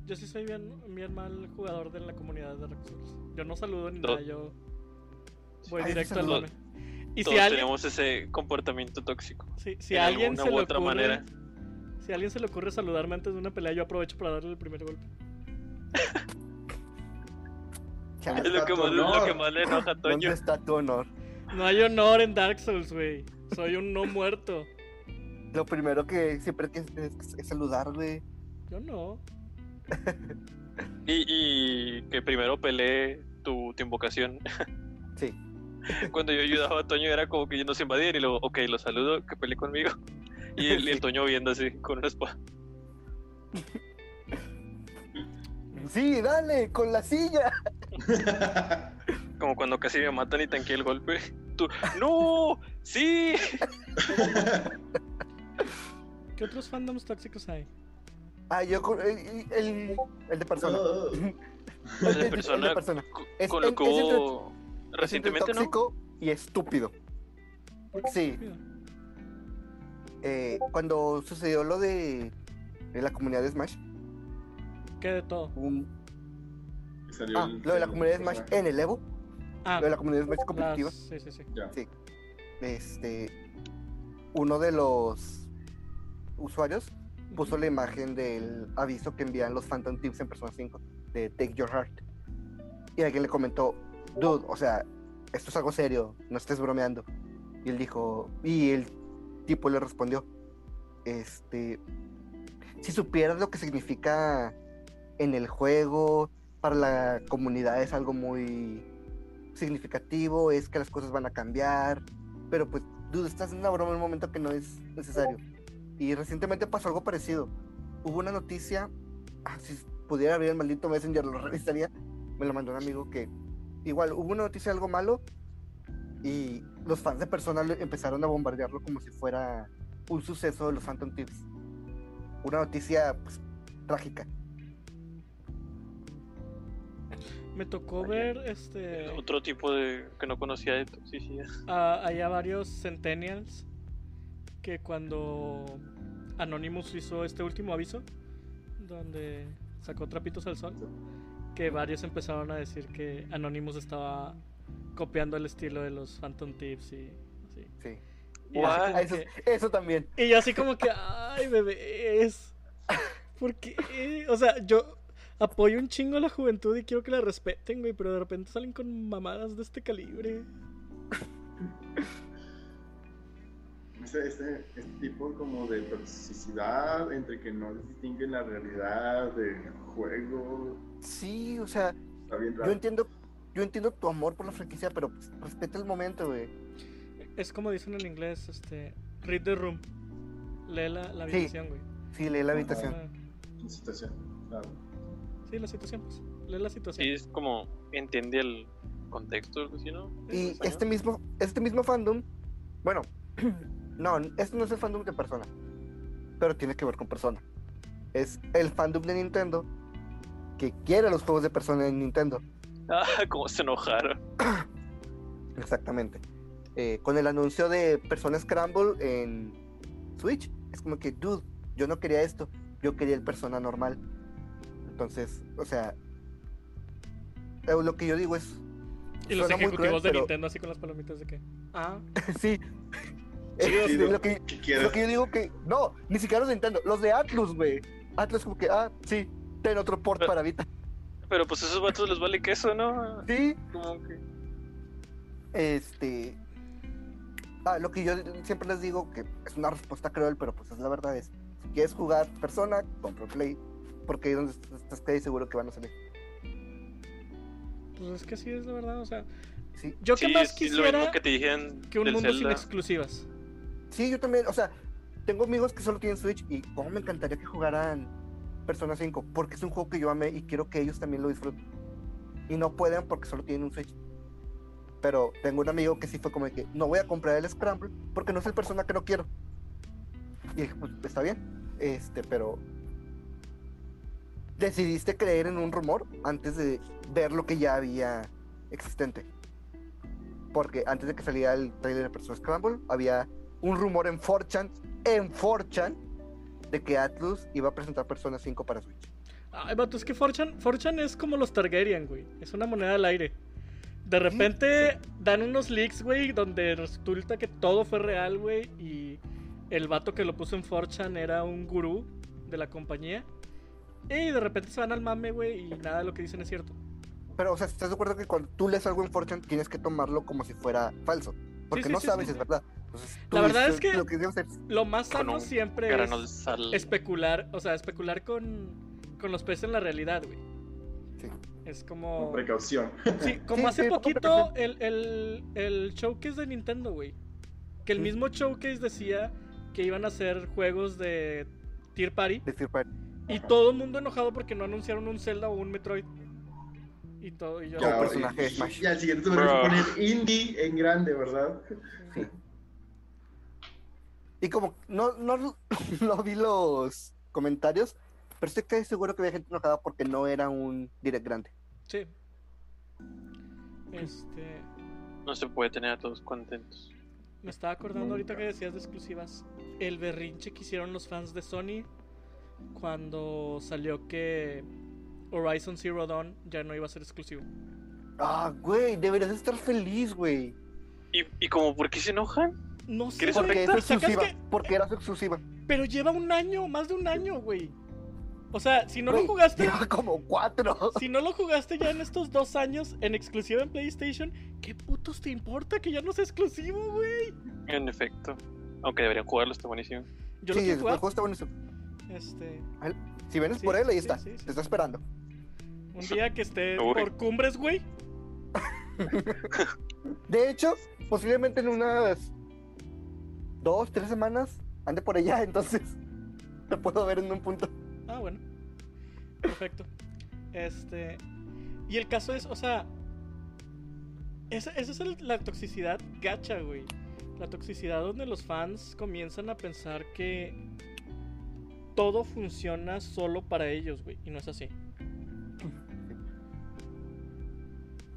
Yo sí soy bien, bien mal jugador de la comunidad de recursos. Yo no saludo ni No. nada, yo. Voy Ah, ese directo al es el mame. Y si Todos alguien, tenemos ese comportamiento tóxico. si, si en alguien alguna se u le otra ocurre, manera. si a alguien se le ocurre saludarme antes de una pelea, yo aprovecho para darle el primer golpe. Chale, Es lo que, tu más, lo honor. que más le enoja a Toño. Ah, ¿Dónde está tu honor? No hay honor en Dark Souls, güey. Soy un no muerto. Lo primero que siempre tienes es, es saludarle. Yo no. Y, y que primero peleé tu, tu invocación. Sí. Cuando yo ayudaba a Toño era como que nos invadían y luego, ok, lo saludo, que peleé conmigo. Y el, y el Toño viendo así con una espada. Sí, dale, con la silla. Como cuando casi me matan y tanqué el golpe. Tú, ¡No! ¡Sí! ¿Qué otros fandoms tóxicos hay? Ah, yo con- el, el, el de persona. El El de de persona, persona. cu- Es- con lo es- que es entre- hubo Es entre recientemente, ¿no? tóxico y estúpido. Sí. Mira, Eh, cuando sucedió lo de, de la comunidad de Smash, ¿Qué de todo? hubo un- ah, lo de la comunidad de Smash en el Evo, Ah, lo de la comunidad de Smash las- competitiva, sí, sí, sí. este, uno de los usuarios puso la imagen del aviso que envían los Phantom Tips en Persona 5 de Take Your Heart. Y alguien le comentó, dude, o sea, esto es algo serio, no estés bromeando. Y él dijo, y el tipo le respondió, este, si supieras lo que significa en el juego, para la comunidad es algo muy significativo, es que las cosas van a cambiar, pero pues, dude, estás en una broma en un momento que no es necesario. Y recientemente pasó algo parecido. Hubo una noticia, ah, si pudiera abrir el maldito Messenger, lo revisaría. Me lo mandó un amigo que igual hubo una noticia de algo malo y los fans de Persona lo- empezaron a bombardearlo como si fuera un suceso de los Phantom Tips. Una noticia pues, trágica. Me tocó ver este Eh, Otro tipo de que no conocía de toxicidad. a- allá Ah, varios Centennials que cuando Anonymous hizo este último aviso, donde sacó trapitos al sol, que varios empezaron a decir que Anonymous estaba copiando el estilo de los Phantom Tips y así. Sí. Y así What? como Ah, eso, que- eso también. Y yo así como que, ay, bebés. ¿Por qué? O sea, yo apoyo un chingo a la juventud y quiero que la respeten, güey, pero de repente salen con mamadas de este calibre. Este, este- este tipo como de toxicidad entre que no distinguen la realidad del juego. Sí, o sea, Está bien yo raro. entiendo, yo entiendo tu amor por la franquicia, pero pues, respeta el momento, güey. Es como dicen en inglés, este, read the room. Lee la, la Sí. habitación, güey. Sí, lee la Ajá. habitación. Ah, En situación. Claro. Sí, la situación, pues. Lee la Sí, situación. es como entiende el contexto, algo así, ¿no? Y Español. este mismo, este mismo fandom, bueno, no, este no es el fandom de persona, pero tiene que ver con persona. Es el fandom de Nintendo que quiere los juegos de persona en Nintendo, Ah, cómo se enojaron. exactamente. Eh, con el anuncio de Persona Scramble en Switch, es como que, dude, yo no quería esto, yo quería el persona normal. Entonces, o sea, eh, lo que yo digo es, Y los suena muy ejecutivos cruel, de pero- Nintendo así con las palomitas de que. Ah, sí, Chido, es chido. lo que, ¿Qué Es quieres? lo que yo digo que. No, ni siquiera los de Nintendo, los de Atlus, güey. Atlus, como que, ah, sí, ten otro port para Vita. Pero pues a esos vatos les vale queso, ¿no? Sí, Como que- este. Ah, lo que yo siempre les digo que es una respuesta cruel, pero pues es la verdad: es si quieres jugar persona, compra un Play, porque ahí es donde est- estás casi seguro que van a salir. pues es que sí, es la verdad, o sea. Sí, Yo que Sí, más es lo mismo quisiera que te dijeron que un del mundo sin Zelda. exclusivas. sí, yo también, o sea, tengo amigos que solo tienen Switch y cómo me encantaría que jugaran Persona 5, porque es un juego que yo amé y quiero que ellos también lo disfruten. Y no pueden porque solo tienen un Switch. Pero tengo un amigo que sí fue como de que no voy a comprar el Scramble porque no es el persona que no quiero. Y dije, pues está bien, este, pero decidiste creer en un rumor antes de ver lo que ya había existente. Porque antes de que saliera el trailer de Persona Scramble, había un rumor en 4chan, en 4chan, de que Atlus iba a presentar Persona 5 para Switch. Ay, vato, es que Forchan, es como los Targaryen, güey. Es una moneda al aire. De repente dan unos leaks, güey, donde resulta que todo fue real, güey, y el vato que lo puso en 4chan era un gurú de la compañía. Y de repente se van al mame, güey, y nada de lo que dicen es cierto. Pero, o sea, ¿estás de acuerdo que cuando tú lees algo en Fortune tienes que tomarlo como si fuera falso? Porque sí, no sí, sabes, sí. es verdad. Entonces, tú La verdad dices, es que- Lo que dices es- Lo más Con sano un siempre es grano de sal. especular, o sea, especular con, con los peces en la realidad, güey. Sí. Es Con como... precaución. Sí, como Sí, hace sí, con poquito precaución. el, el, el showcase de Nintendo, güey. Que el Sí. mismo showcase decía que iban a hacer juegos de Tier Party. decir, para- Y todo el mundo enojado porque no anunciaron un Zelda o un Metroid. Y todo, y yo. Como Ya, personaje de y- Smash. Y al siguiente tuve que Bro. poner indie en grande, ¿verdad? Y como no, no, no vi los comentarios, pero estoy casi seguro que había gente enojada porque no era un direct grande. Sí. Este. No se puede tener a todos contentos. Me estaba acordando ahorita Nunca. que decías de exclusivas. El berrinche que hicieron los fans de Sony cuando salió que Horizon Zero Dawn ya no iba a ser exclusivo. Ah, güey, deberías estar feliz, güey. ¿Y, y como por qué se enojan? No sé, ¿Quieres güey, Porque es pero sacas exclusiva. que- Porque eras exclusiva. Pero lleva un año, más de un año, güey. O sea, si no lo Güey, jugaste, Lleva como cuatro. si no lo jugaste ya en estos dos años en exclusiva en PlayStation, ¿qué putos te importa que ya no sea exclusivo, güey? En efecto. Aunque deberían jugarlo, está buenísimo. Yo lo sí, quiero el jugar. juego está buenísimo. Este, Si vienes Sí, por él, ahí sí, está. sí, sí. Te está esperando. un día que esté Uy. por cumbres, güey. De hecho, posiblemente en unas dos, tres semanas ande por allá, entonces te puedo ver en un punto. Ah, bueno. Perfecto. Este. Y el caso es, o sea. Esa, esa es el- la toxicidad gacha, güey. La toxicidad donde los fans comienzan a pensar que todo funciona solo para ellos, güey. Y no es así.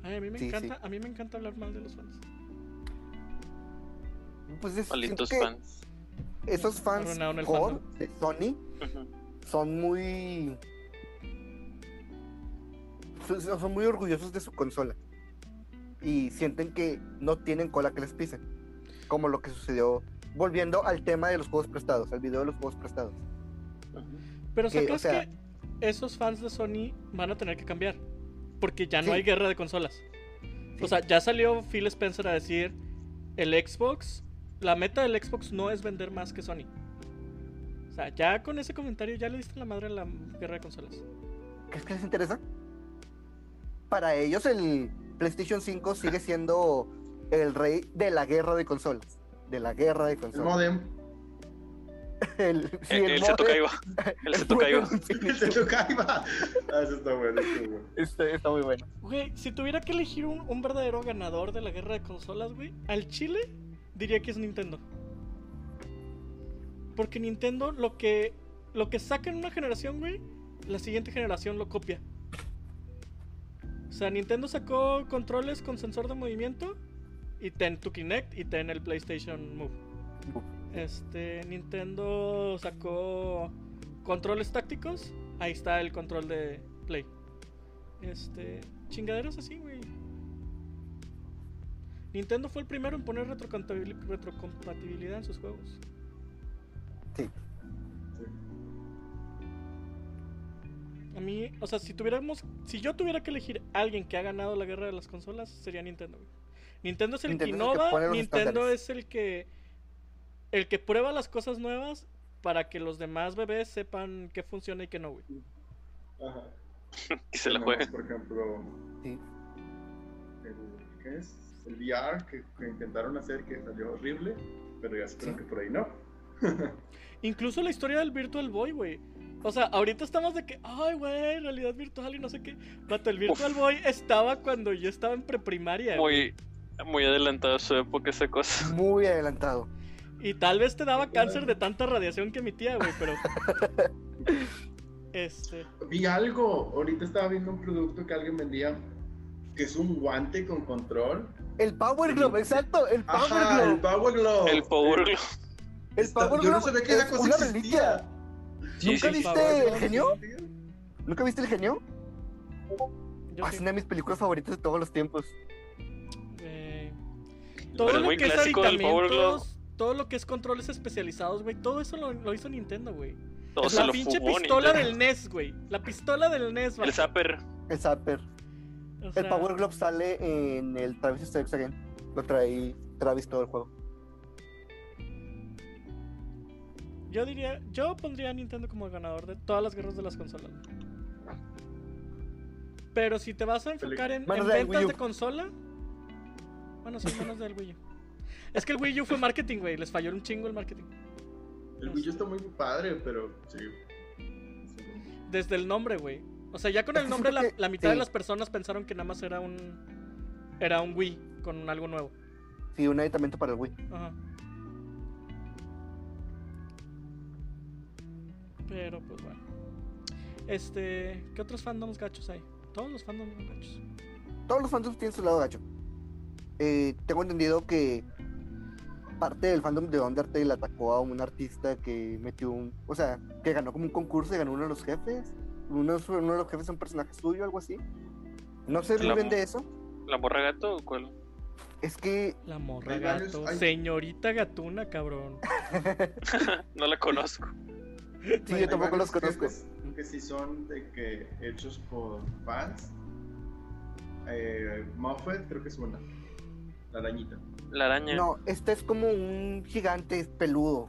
Ay, a mí me Sí, sí. encanta, a mí me encanta hablar mal de los fans. Pues es, siento Malditos que fans. esos fans Arruinaron el core de Sony Ujú. son muy son- son muy orgullosos de su consola y sienten que no tienen cola que les pisen como lo que sucedió volviendo al tema de los juegos prestados al video de los juegos prestados Ujú. Pero Que, ¿sabes que, o sea- esos fans de Sony van a tener que cambiar. Porque ya no Sí. hay guerra de consolas. Sí. O sea, ya salió Phil Spencer a decir, el Xbox, la meta del Xbox no es vender más que Sony. O sea, ya con ese comentario ya le diste la madre a la guerra de consolas. ¿crees que les interesa? para ellos el PlayStation 5 sigue siendo el rey de la guerra de consolas de la guerra de El consolas modem. el, sí, El, el Eh, se toca modem. El se toca Se toca ahí va. Ah, eso está bueno, eso está bueno. Está- este, está muy bueno Güey, si tuviera que elegir un, un verdadero ganador de la guerra de consolas, güey, al Chile diría que es Nintendo. Porque Nintendo lo que lo que saca en una generación, güey, la siguiente generación lo copia. O sea, Nintendo sacó controles con sensor de movimiento y ten tu Kinect y ten el PlayStation Move. Este, Nintendo sacó controles tácticos. Ahí está el control de Play. Este, chingaderas así, güey. Nintendo fue el primero en poner retrocompatibil- retrocompatibilidad en sus juegos. Sí. A mí, o sea, si tuviéramos, si yo tuviera que elegir a alguien que ha ganado la guerra de las consolas, sería Nintendo. güey. Nintendo es el Nintendo es que el que innova, pone los Nintendo estándares. es el que el que prueba las cosas nuevas para que los demás bebés sepan qué funciona y qué no, güey. Ajá. y se la Tenemos, juega. Por ejemplo, Sí. el, ¿qué es? El VR que, que intentaron hacer que salió horrible, pero ya espero Sí. que por ahí no. Incluso la historia del Virtual Boy, güey. O sea, ahorita estamos de que, ay, güey, realidad virtual y no sé qué. Vato, el Virtual Uf. Boy estaba cuando yo estaba en preprimaria. güey. Muy, muy adelantada su época esa cosa. muy adelantado Y tal vez te daba cáncer de tanta radiación que emitía, güey, pero. este. Vi algo, ahorita estaba viendo un producto que alguien vendía, que es un guante con control. El Power Glove, exacto, el Power Ajá, Glove. el Power Glove. El Power Glove. El, Está- Power Yo no Glove sabía que es esa cosa una existía. reliquia. Sí, ¿Nunca sí. viste Power el genio? ¿Nunca viste el genio? Yo Ah, sí. Es una de mis películas favoritas de todos los tiempos. eh, Todo Pero es lo muy que es clásico del Power aditamentos, todo lo que es controles especializados, güey, todo eso lo, lo hizo Nintendo, güey. Todo se la lo pinche fumó pistola Nintendo. del NES, güey. La pistola del NES, El Zapper. El Zapper. O El sea, Power Glove sale en el Travis Strikes Again. Lo trae Travis todo el juego. Yo diría, yo pondría a Nintendo como el ganador de todas las guerras de las consolas. Pero si te vas a enfocar en, Menos en del ventas Wii U. de consola, bueno, sí, menos del Wii U. Es que el Wii U fue marketing, güey, les falló un chingo el marketing. El Wii U está muy padre, pero sí. Sí, no. Desde el nombre, güey. O sea, ya con el Es que nombre la, siento que- la mitad de sí. las personas pensaron que nada más era un era un Wii con algo nuevo. Sí, un aditamento para el Wii. Ajá. Pero pues bueno. Este, ¿qué otros fandoms gachos hay? Todos los fandoms son gachos. Todos los fandoms tienen su lado gacho. Eh, tengo entendido que parte del fandom de Undertale atacó a un artista que metió un. O sea, que ganó como un concurso y ganó uno de los jefes. Uno, de su- uno de los jefes es un personaje suyo, algo así. No sé muy La bien mo- de eso. ¿La morra gato o cuál? Es que La morra Hay varios- gato, hay- señorita gatuna, cabrón. no la conozco. sí, yo Hay tampoco los varios conozco. jefes Que sí son de que hechos por fans. Eh, Moffat, creo que es una. La arañita. La araña. No, este es como un gigante peludo.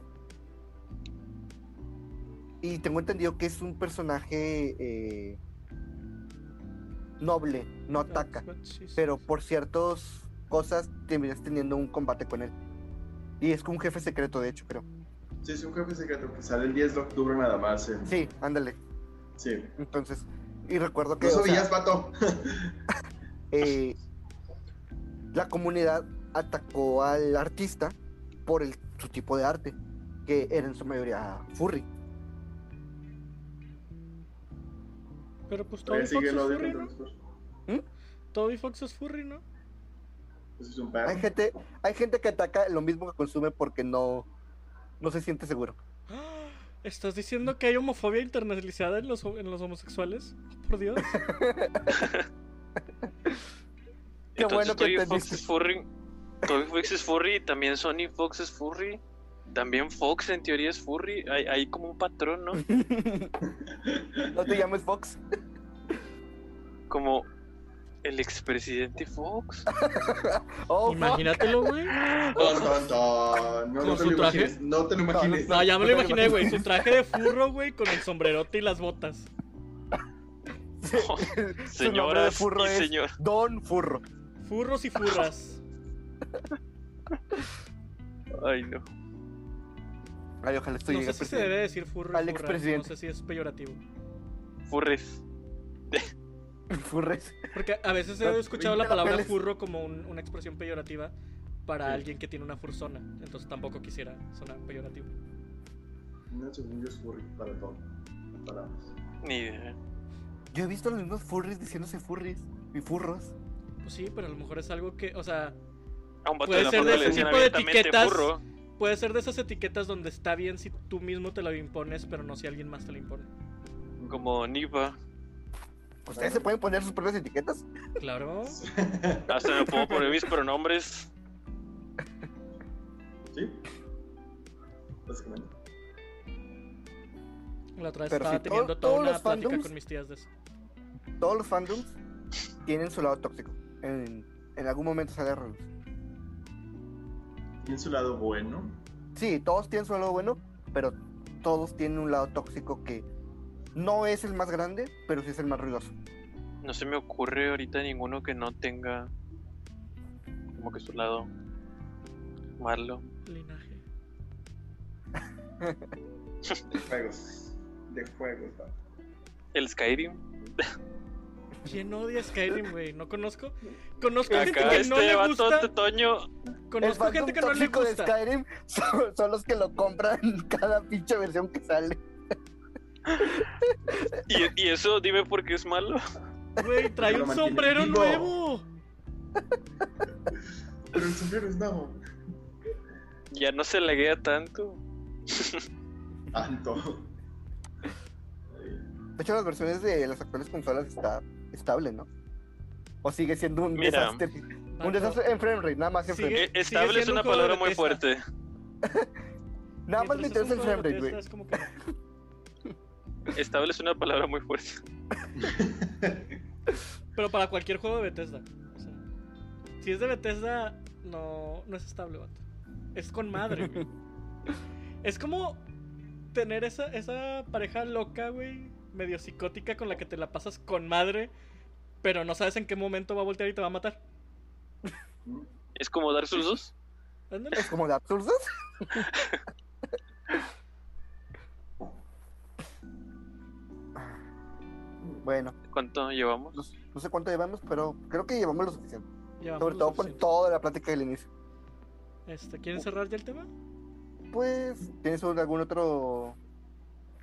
Y tengo entendido que es un personaje eh, noble, no ah, ataca. Pero por ciertas cosas terminas teniendo un combate con él. Y es como un jefe secreto, de hecho, creo. Sí, es un jefe secreto que sale el 10 de octubre nada más. en- Sí, ándale. Sí. Entonces, y recuerdo que No o sea, sabías, pato. eh, la comunidad atacó al artista por el, su tipo de arte, que era en su mayoría furry. Pero pues Toby Todavía Fox sigue es el odio furry, contra ¿no? los furries. Toby Fox es furry, ¿no? Pues es un perro. Hay gente, hay gente que ataca lo mismo que consume porque no, no se siente seguro. ¡Ah! ¿Estás diciendo que hay homofobia internalizada en los, ho- en los homosexuales? Oh, por Dios. Qué bueno que Entonces, Toby Fox entendiste. es furry. Toby Fox es furry. También Sony Fox es furry. También Fox en teoría es furry. Hay, hay como un patrón, ¿no? No te llames Fox. Como el expresidente Fox. Oh, Imagínatelo, güey. Ton, ton, ton. No, ¿Con no te su lo traje? imagines. No te lo imagines. No, ya me lo No te lo imaginé, güey. Su traje de furro, güey, con el sombrerote y las botas. fuck. Su nombre de Señoras furro y es señor. Don Furro. Furros y furras. Ay, no. Ay, ojalá esto No llegue sé si al se presidente. debe decir furro y Al furra. No expresidente. sé si es peyorativo. Furres. Furres. Porque a veces No, he escuchado la ahorita la palabra peles. furro como un- una expresión peyorativa para Sí. alguien que tiene una fursona. Entonces tampoco quisiera sonar peyorativo. No, según yo es furry para todo. Para ambos. Ni idea. Yo he visto a los mismos furries diciéndose furries y furros. Pues sí, pero a lo mejor es algo que, o sea, A un vato Puede de la ser foto de le ese decían tipo de abiertamente etiquetas. furro. puede ser de esas etiquetas donde está bien si tú mismo te lo impones, pero no si alguien más te lo impone. Como Niva. ¿Ustedes se pueden poner sus propias etiquetas? Claro. Hasta me puedo poner mis pronombres. ¿Sí? Básicamente. La otra vez Pero estaba si to- teniendo todos toda una los plática fandoms- con mis tías de eso. Todos los fandoms tienen su lado tóxico. En, en algún momento sale a reluz. Tiene su lado bueno. Sí, todos tienen su lado bueno, pero todos tienen un lado tóxico que no es el más grande, pero sí es el más ruidoso. No se me ocurre ahorita ninguno que no tenga como que su lado malo. Linaje. De juegos. De juegos, va. El Skyrim. ¿Quién odia Skyrim, güey? No conozco. Conozco gente Acá que este no le vato gusta. este Toño El Conozco fandom gente que no le tóxico de gusta. Skyrim son, son los que lo compran cada pinche versión que sale. ¿Y, y eso dime por qué es malo. Güey, trae Lo un mantiene sombrero vivo. nuevo. Pero el sombrero es nuevo. Ya no se laguea tanto. Tanto. De hecho, las versiones de las actuales consolas está estable, ¿no? O sigue siendo un Mira. desastre. Ah, Un desastre en frame rate, nada más en Sigue- frame rate. sigue Eh, Estable es siendo una un juego palabra de muy Bethesda. fuerte. Nada más me Mientras es un interesa el juego de frame rate, güey. Bethesda, es como que- Estable es una palabra muy fuerte. Pero para cualquier juego de Bethesda. O sea, si es de Bethesda, no, no es estable, vato. Es con madre, güey. Es como tener esa, esa pareja loca, güey, medio psicótica con la que te la pasas con madre, pero no sabes en qué momento va a voltear y te va a matar. Es como Dark Souls 2. Ándale. Es como de absurdos. bueno, ¿Cuánto llevamos? no, no sé cuánto llevamos, pero creo que llevamos lo suficiente. Llevamos Sobre lo todo con suficiente. toda la plática del inicio. Este, Oh. ¿Quieren cerrar ya el tema? Pues, ¿tienes algún otro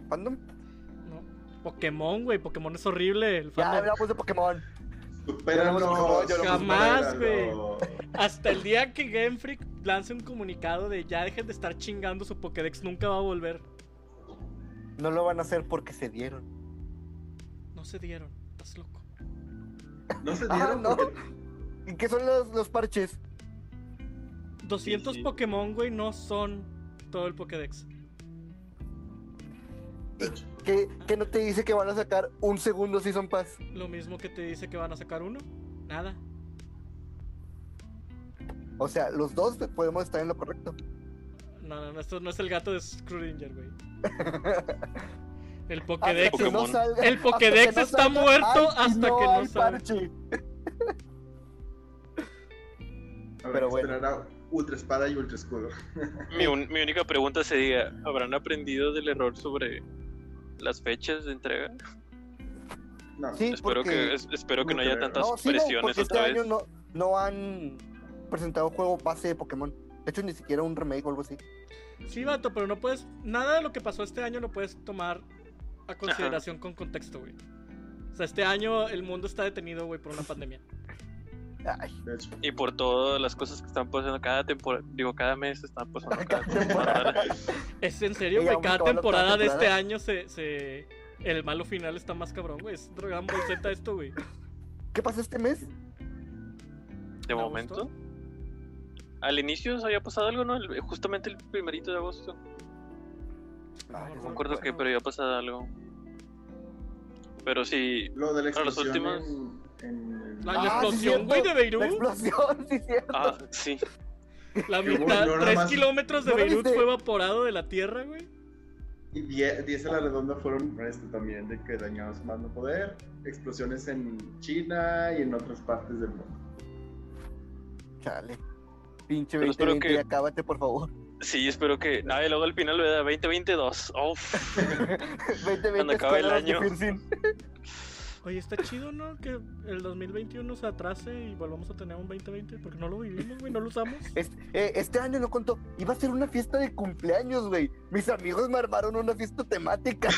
fandom? No. Pokémon, güey. Pokémon es horrible. El Ya fandom. hablamos de Pokémon. Supéralo, Yo lo- Jamás, Hasta el día que Game Freak lance un comunicado de ya dejen de estar chingando su Pokédex, nunca va a volver. No lo van a hacer porque se dieron. No se dieron, estás loco. No se Ah, dieron ¿no? porque- ¿Y qué son los, los parches? 200 sí. Pokémon, güey, no son todo el Pokédex. ¿Qué, qué no te dice que van a sacar un segundo Season Pass? Lo mismo que te dice que van a sacar uno. Nada. O sea, los dos podemos estar en lo correcto. No, no, no, esto no es el gato de Schrödinger, güey. El Hasta Pokédex. que Ah, pues no Pokémon. salga- El hasta que Pokédex no está salga- muerto ay, hasta que no hay salga. parche. Habrá Pero que bueno. esperar a Ultra Espada y Ultra Escudo. Mi, un- mi única pregunta sería, ¿habrán aprendido del error sobre las fechas de entrega? No. Sí, espero que, porque- es- espero que no no haya creo. tantas sí, presiones porque este otra vez. año no, no han presentado juego base de Pokémon. De hecho, ni siquiera un remake o algo así. Sí, vato, pero no puedes. Nada de lo que pasó este año lo puedes tomar a consideración con contexto, güey. O sea, este año el mundo está detenido, güey, por una pandemia. Ay, De hecho. Y por todas las cosas que están pasando cada temporada, digo, cada mes están pasando cada Cada temporada. temporada. Es en serio, Y güey. aún Cada toda la- toda temporada la de este temporada. año se, se. El malo final está más cabrón, güey. Es Dragon Ball Z esto, güey. ¿Qué pasó este mes? De ¿En momento. Al inicio se había pasado algo, ¿no? El- justamente el primerito de agosto. Ay, No me acuerdo qué, pero había pasado algo. Pero sí, Lo de la Bueno, los explosión últimos- en, en- La, Ah, la sí, explosión, cierto. güey, de La Beirut. explosión, sí, cierto. ah, sí. La Que, güey, mitad, no, nada tres más- kilómetros de ¿No este lo Beirut viste? fue evaporado de la tierra, güey. Y 10 10 a la redonda fueron este, también de que dañados más no poder. Explosiones en China y en otras partes del mundo. Chale. Pinche 2020, Pero espero que- y acábate, por favor. Sí, espero que. No, y luego al final, ¿verdad? 2022. Uf. 2020 Cuando es acabe el para los de año. Firsin. Oye, está chido, ¿no? Que el 2021 se atrase y volvamos a tener un 2020. Porque no lo vivimos, güey. No lo usamos. Este, eh, este año no contó. Iba a ser una fiesta de cumpleaños, güey. Mis amigos me armaron una fiesta temática.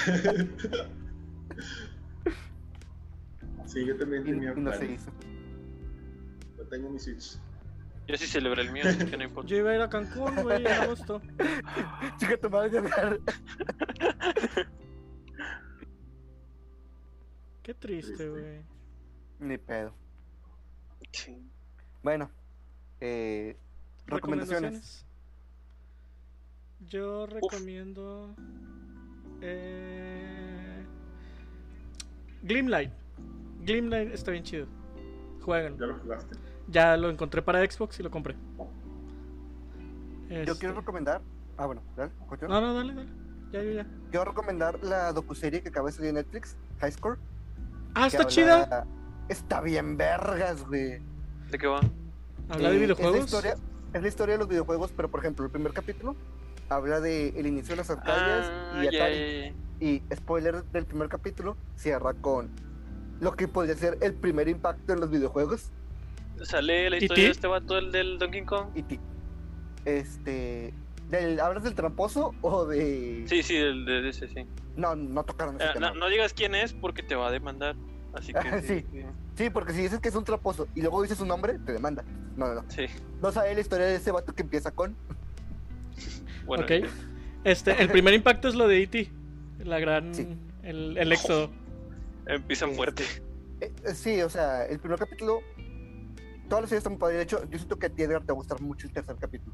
Sí, yo también Y, tenía y no planes. se hizo. Yo tengo mi Switch. Yo sí celebré el mío, así que no importa. Yo iba a ir a Cancún, güey, en agosto. Chica, tu madre de Qué triste, Triste. güey. Ni pedo. Sí. Bueno, eh, recomendaciones. Yo recomiendo. Eh... Glimlight. Glimlight está bien chido. Ya Juegan. lo jugaste. Ya lo encontré para Xbox y lo compré. Yo Este- quiero recomendar. Ah, bueno, dale, continúa. No, no, dale, dale. Ya, ya, ya. Quiero recomendar la docuserie que acaba de salir en Netflix, High Score. Ah, que está habla- chida. Está bien, vergas, güey. ¿De qué va? Habla de Eh, es la videojuegos. historia- Es la historia de los videojuegos, pero por ejemplo, el primer capítulo habla de el inicio de las arcadias Ah, y ya, Atari. ya, ya. Y spoiler del primer capítulo cierra con lo que podría ser el primer impacto en los videojuegos. Sale la ¿Y historia ti? de este vato, el del Donkey Kong. Y ti- este. del- ¿Hablas del tramposo o de.? Sí, sí, del de ese, sí. No, no tocaron ese Eh, tema. no, no digas quién es porque te va a demandar. Así que. Ah, eh, Sí. Sí, porque si dices que es un tramposo y luego dices su nombre, te demanda. No, no, no. Sí. No sabe la historia de ese vato que empieza con. Bueno, Ok. Este, el primer impacto es lo de E.T. La gran. Sí. El, el éxodo. empieza Sí. fuerte. Eh, eh, sí, o sea, el primer capítulo toda la serie está muy padre. De hecho, yo siento que a ti, Edgar, te va a gustar mucho el tercer capítulo.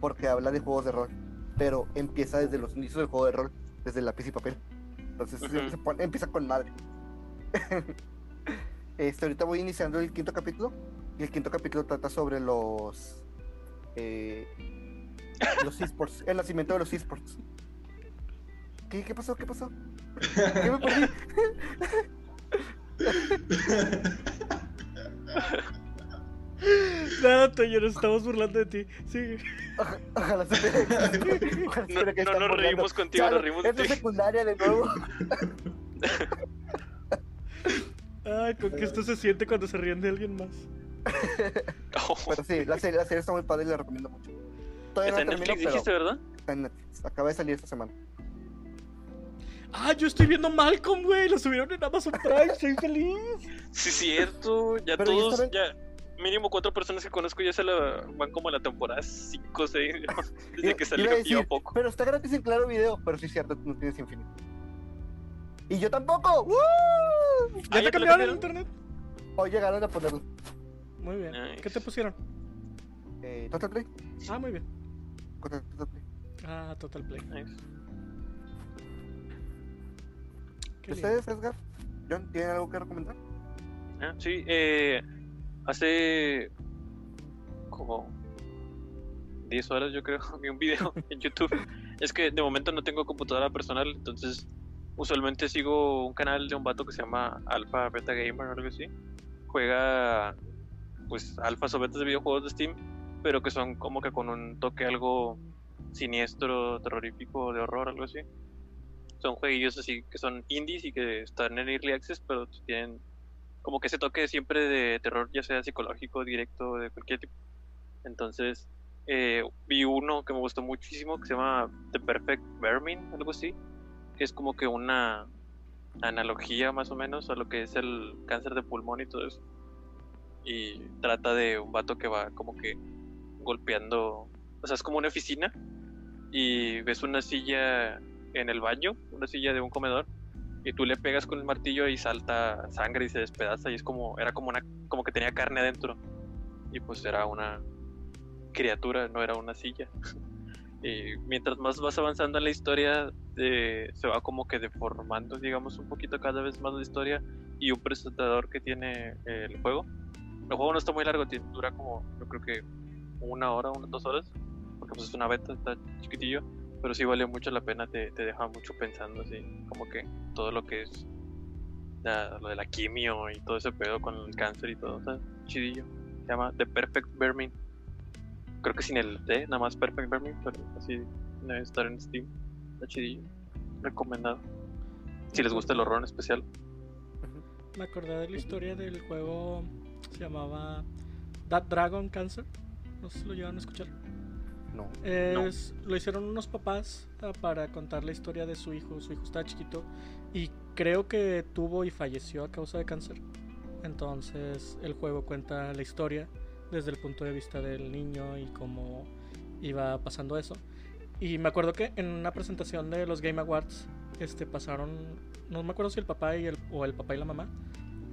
Porque habla de juegos de rol. Pero empieza desde los inicios del juego de rol, desde lápiz y papel. Entonces Ujú. se pone- empieza con madre. este, ahorita voy iniciando el quinto capítulo. Y el quinto capítulo trata sobre los. eh, los esports. El nacimiento de los esports. ¿Qué, ¿Qué pasó? ¿Qué pasó? ¿Qué me perdí? Nada, Toño, nos estamos burlando de ti. Sí. Oja- Ojalá se te. ojalá se No, te que no están nos burlando. reímos contigo, Chale, nos reímos de Es de ti. secundaria de nuevo. Ay, con que esto se siente cuando se ríen de alguien más. Oh, Pero sí, la serie, la serie está muy padre y la recomiendo mucho. Todavía Está en no termino, Netflix, pero dijiste, ¿verdad? está en Netflix. Acaba de salir esta semana. Ah, yo estoy viendo Malcolm, güey. Lo subieron en Amazon Prime. Soy feliz. Sí, cierto. Ya Pero ya todos, saben- ya mínimo cuatro personas que conozco ya se la van como a la temporada 5, 6, desde Iba- iba que a salió yo decir, poco. Pero está gratis en Claro Video. Pero sí es cierto, no tienes infinito. Y yo tampoco. ¡Woo! ¿Ya Ah, te ¿ya te lo cambiaron el cambiaron? internet? Hoy llegaron a ponerlo. Muy bien. Nice. ¿Qué te pusieron? Eh, Total Play. Ah, muy bien. Total Total Play. Ah, Total Play. Qué lindo. ¿Ustedes, Edgar? John, ¿tienen algo que recomendar? Ah, sí, eh, hace como 10 horas yo creo vi un video en YouTube. Es que de momento no tengo computadora personal, entonces usualmente sigo un canal de un vato que se llama Alpha Beta Gamer o algo así. Juega pues alfas o betas de videojuegos de Steam, pero que son como que con un toque algo siniestro, terrorífico, de horror, algo así. Son jueguillos así que son indies y que están en early access, pero tienen como que ese toque siempre de terror, ya sea psicológico, directo, de cualquier tipo. Entonces, eh, vi uno que me gustó muchísimo que se llama The Perfect Vermin, algo así. que Es como que una analogía más o menos a lo que es el cáncer de pulmón y todo eso. Y trata de un vato que va como que golpeando. O sea, es como una oficina y ves una silla en el baño, una silla de un comedor y tú le pegas con el martillo y salta sangre y se despedaza y es como era como una como que tenía carne adentro y pues era una criatura no era una silla y mientras más vas avanzando en la historia eh, se va como que deformando digamos un poquito cada vez más la historia y un presentador que tiene eh, el juego el juego no está muy largo tiene- dura como yo creo que una hora unas dos horas porque pues es una beta está chiquitillo pero sí vale mucho la pena te, te deja mucho pensando así como que todo lo que es la- lo de la quimio y todo ese pedo con el cáncer y todo, está chidillo. Se llama The Perfect Vermin. Creo que sin el D, nada más Perfect Vermin, pero así debe estar en Steam. Está chidillo. Recomendado. Si les gusta el horror en especial. Me acordé de la historia del juego. Se llamaba That Dragon Cancer. No sé si lo llegaron a escuchar. No. Es- Lo hicieron unos papás ah, para contar la historia de su hijo. Su hijo estaba chiquito y creo que tuvo y falleció a causa de cáncer. Entonces el juego cuenta la historia desde el punto de vista del niño y cómo iba pasando eso. Y me acuerdo que en una presentación de los Game Awards este, pasaron, no me acuerdo si el papá y el, o el papá y la mamá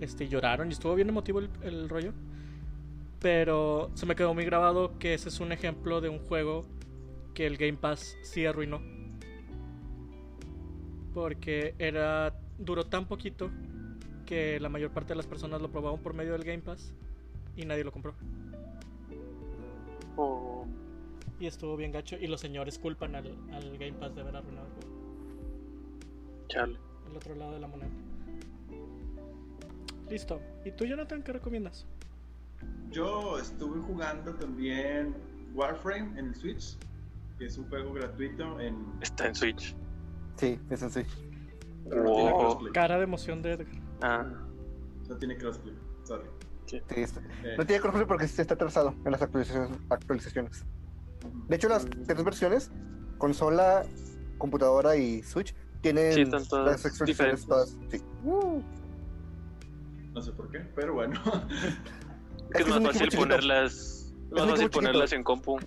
este, lloraron y estuvo bien emotivo el- el rollo pero se me quedó muy grabado que ese es un ejemplo de un juego que el Game Pass sí arruinó. Porque era duró tan poquito que la mayor parte de las personas lo probaron por medio del Game Pass y nadie lo compró. O Y estuvo bien gacho y los señores culpan al, al Game Pass de haber arruinado el juego. chale. El otro lado de la moneda. Listo. ¿Y tú, Jonathan, qué recomiendas? Yo estuve jugando también Warframe en el Switch, que es un juego gratuito en... Está en Switch. Sí, es en sí. pero no tiene Wow. crossplay. Cara de emoción de Edgar. Ah, No tiene crossplay, sorry. sí está- Eh, No tiene crossplay porque sí está atrasado en las actualizaciones. actualizaciones. De hecho, las tres versiones, consola, computadora y Switch, tienen Sí, están todas las actualizaciones diferentes. todas. Sí. No sé por qué, pero bueno. que que es más un equipo fácil chiquito. ponerlas. Más un fácil equipo chiquito. ponerlas en compu.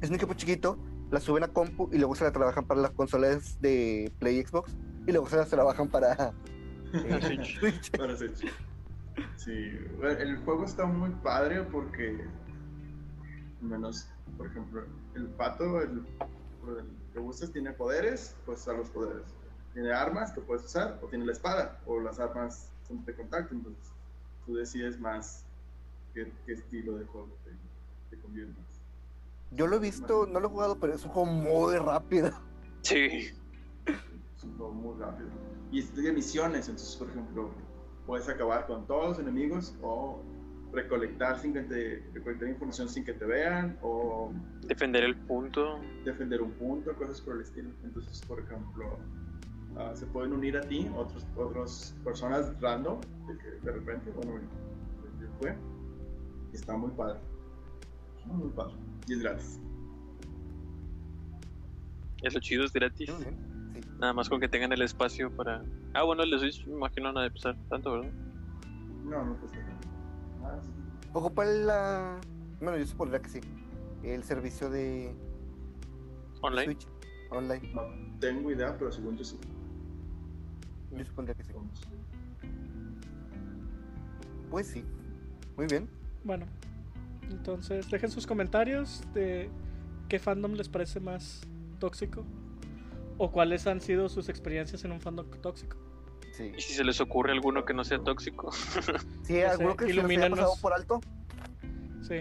Es un equipo chiquito, la suben a compu y luego se la trabajan para las consolas de Play y Xbox y luego se las trabajan para eh, En Switch. Switch. Para Switch. Sí, bueno, el juego está muy padre porque, menos, por ejemplo, el pato, el, el que usas tiene poderes, pues usar los poderes. Tiene armas que puedes usar, o tiene la espada, o las armas son de contacto, entonces tú decides más qué, qué estilo de juego te, te conviene más. Yo lo he visto, no lo he jugado, pero es un juego muy rápido. Sí. Es un juego muy rápido. Y estudia misiones, entonces, por ejemplo, puedes acabar con todos los enemigos o recolectar, sin que te, recolectar información sin que te vean o Defender el punto. defender un punto, cosas por el estilo. Entonces, por ejemplo, ah, se pueden unir a ti otros, otras personas random, de, que de repente, bueno, de- de- fue. Y Está muy padre. Está Muy padre. Y es gratis. Es lo chido, es gratis. Muy bien, sí. Nada más con que tengan el espacio para. Ah, bueno, el de Switch, me imagino, no ha de pesar tanto, ¿verdad? No, no cuesta nada. Ah, sí. Ocupa la. Bueno, yo supondría que sí. El servicio de Online. Switch online. No tengo idea, pero según yo sí. Yo supondría que sí. Vamos. Pues sí. Muy bien. Bueno, entonces dejen sus comentarios de qué fandom les parece más tóxico o cuáles han sido sus experiencias en un fandom tóxico. Sí. Y si se les ocurre alguno que no sea tóxico. Sí, No alguno sé, que se nos haya ilumínanos. pasado por alto. Sí.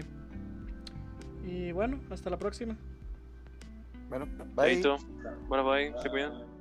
Y bueno, hasta la próxima. Bueno, bye. Chaito. Bye bye. Se cuidan. Ah,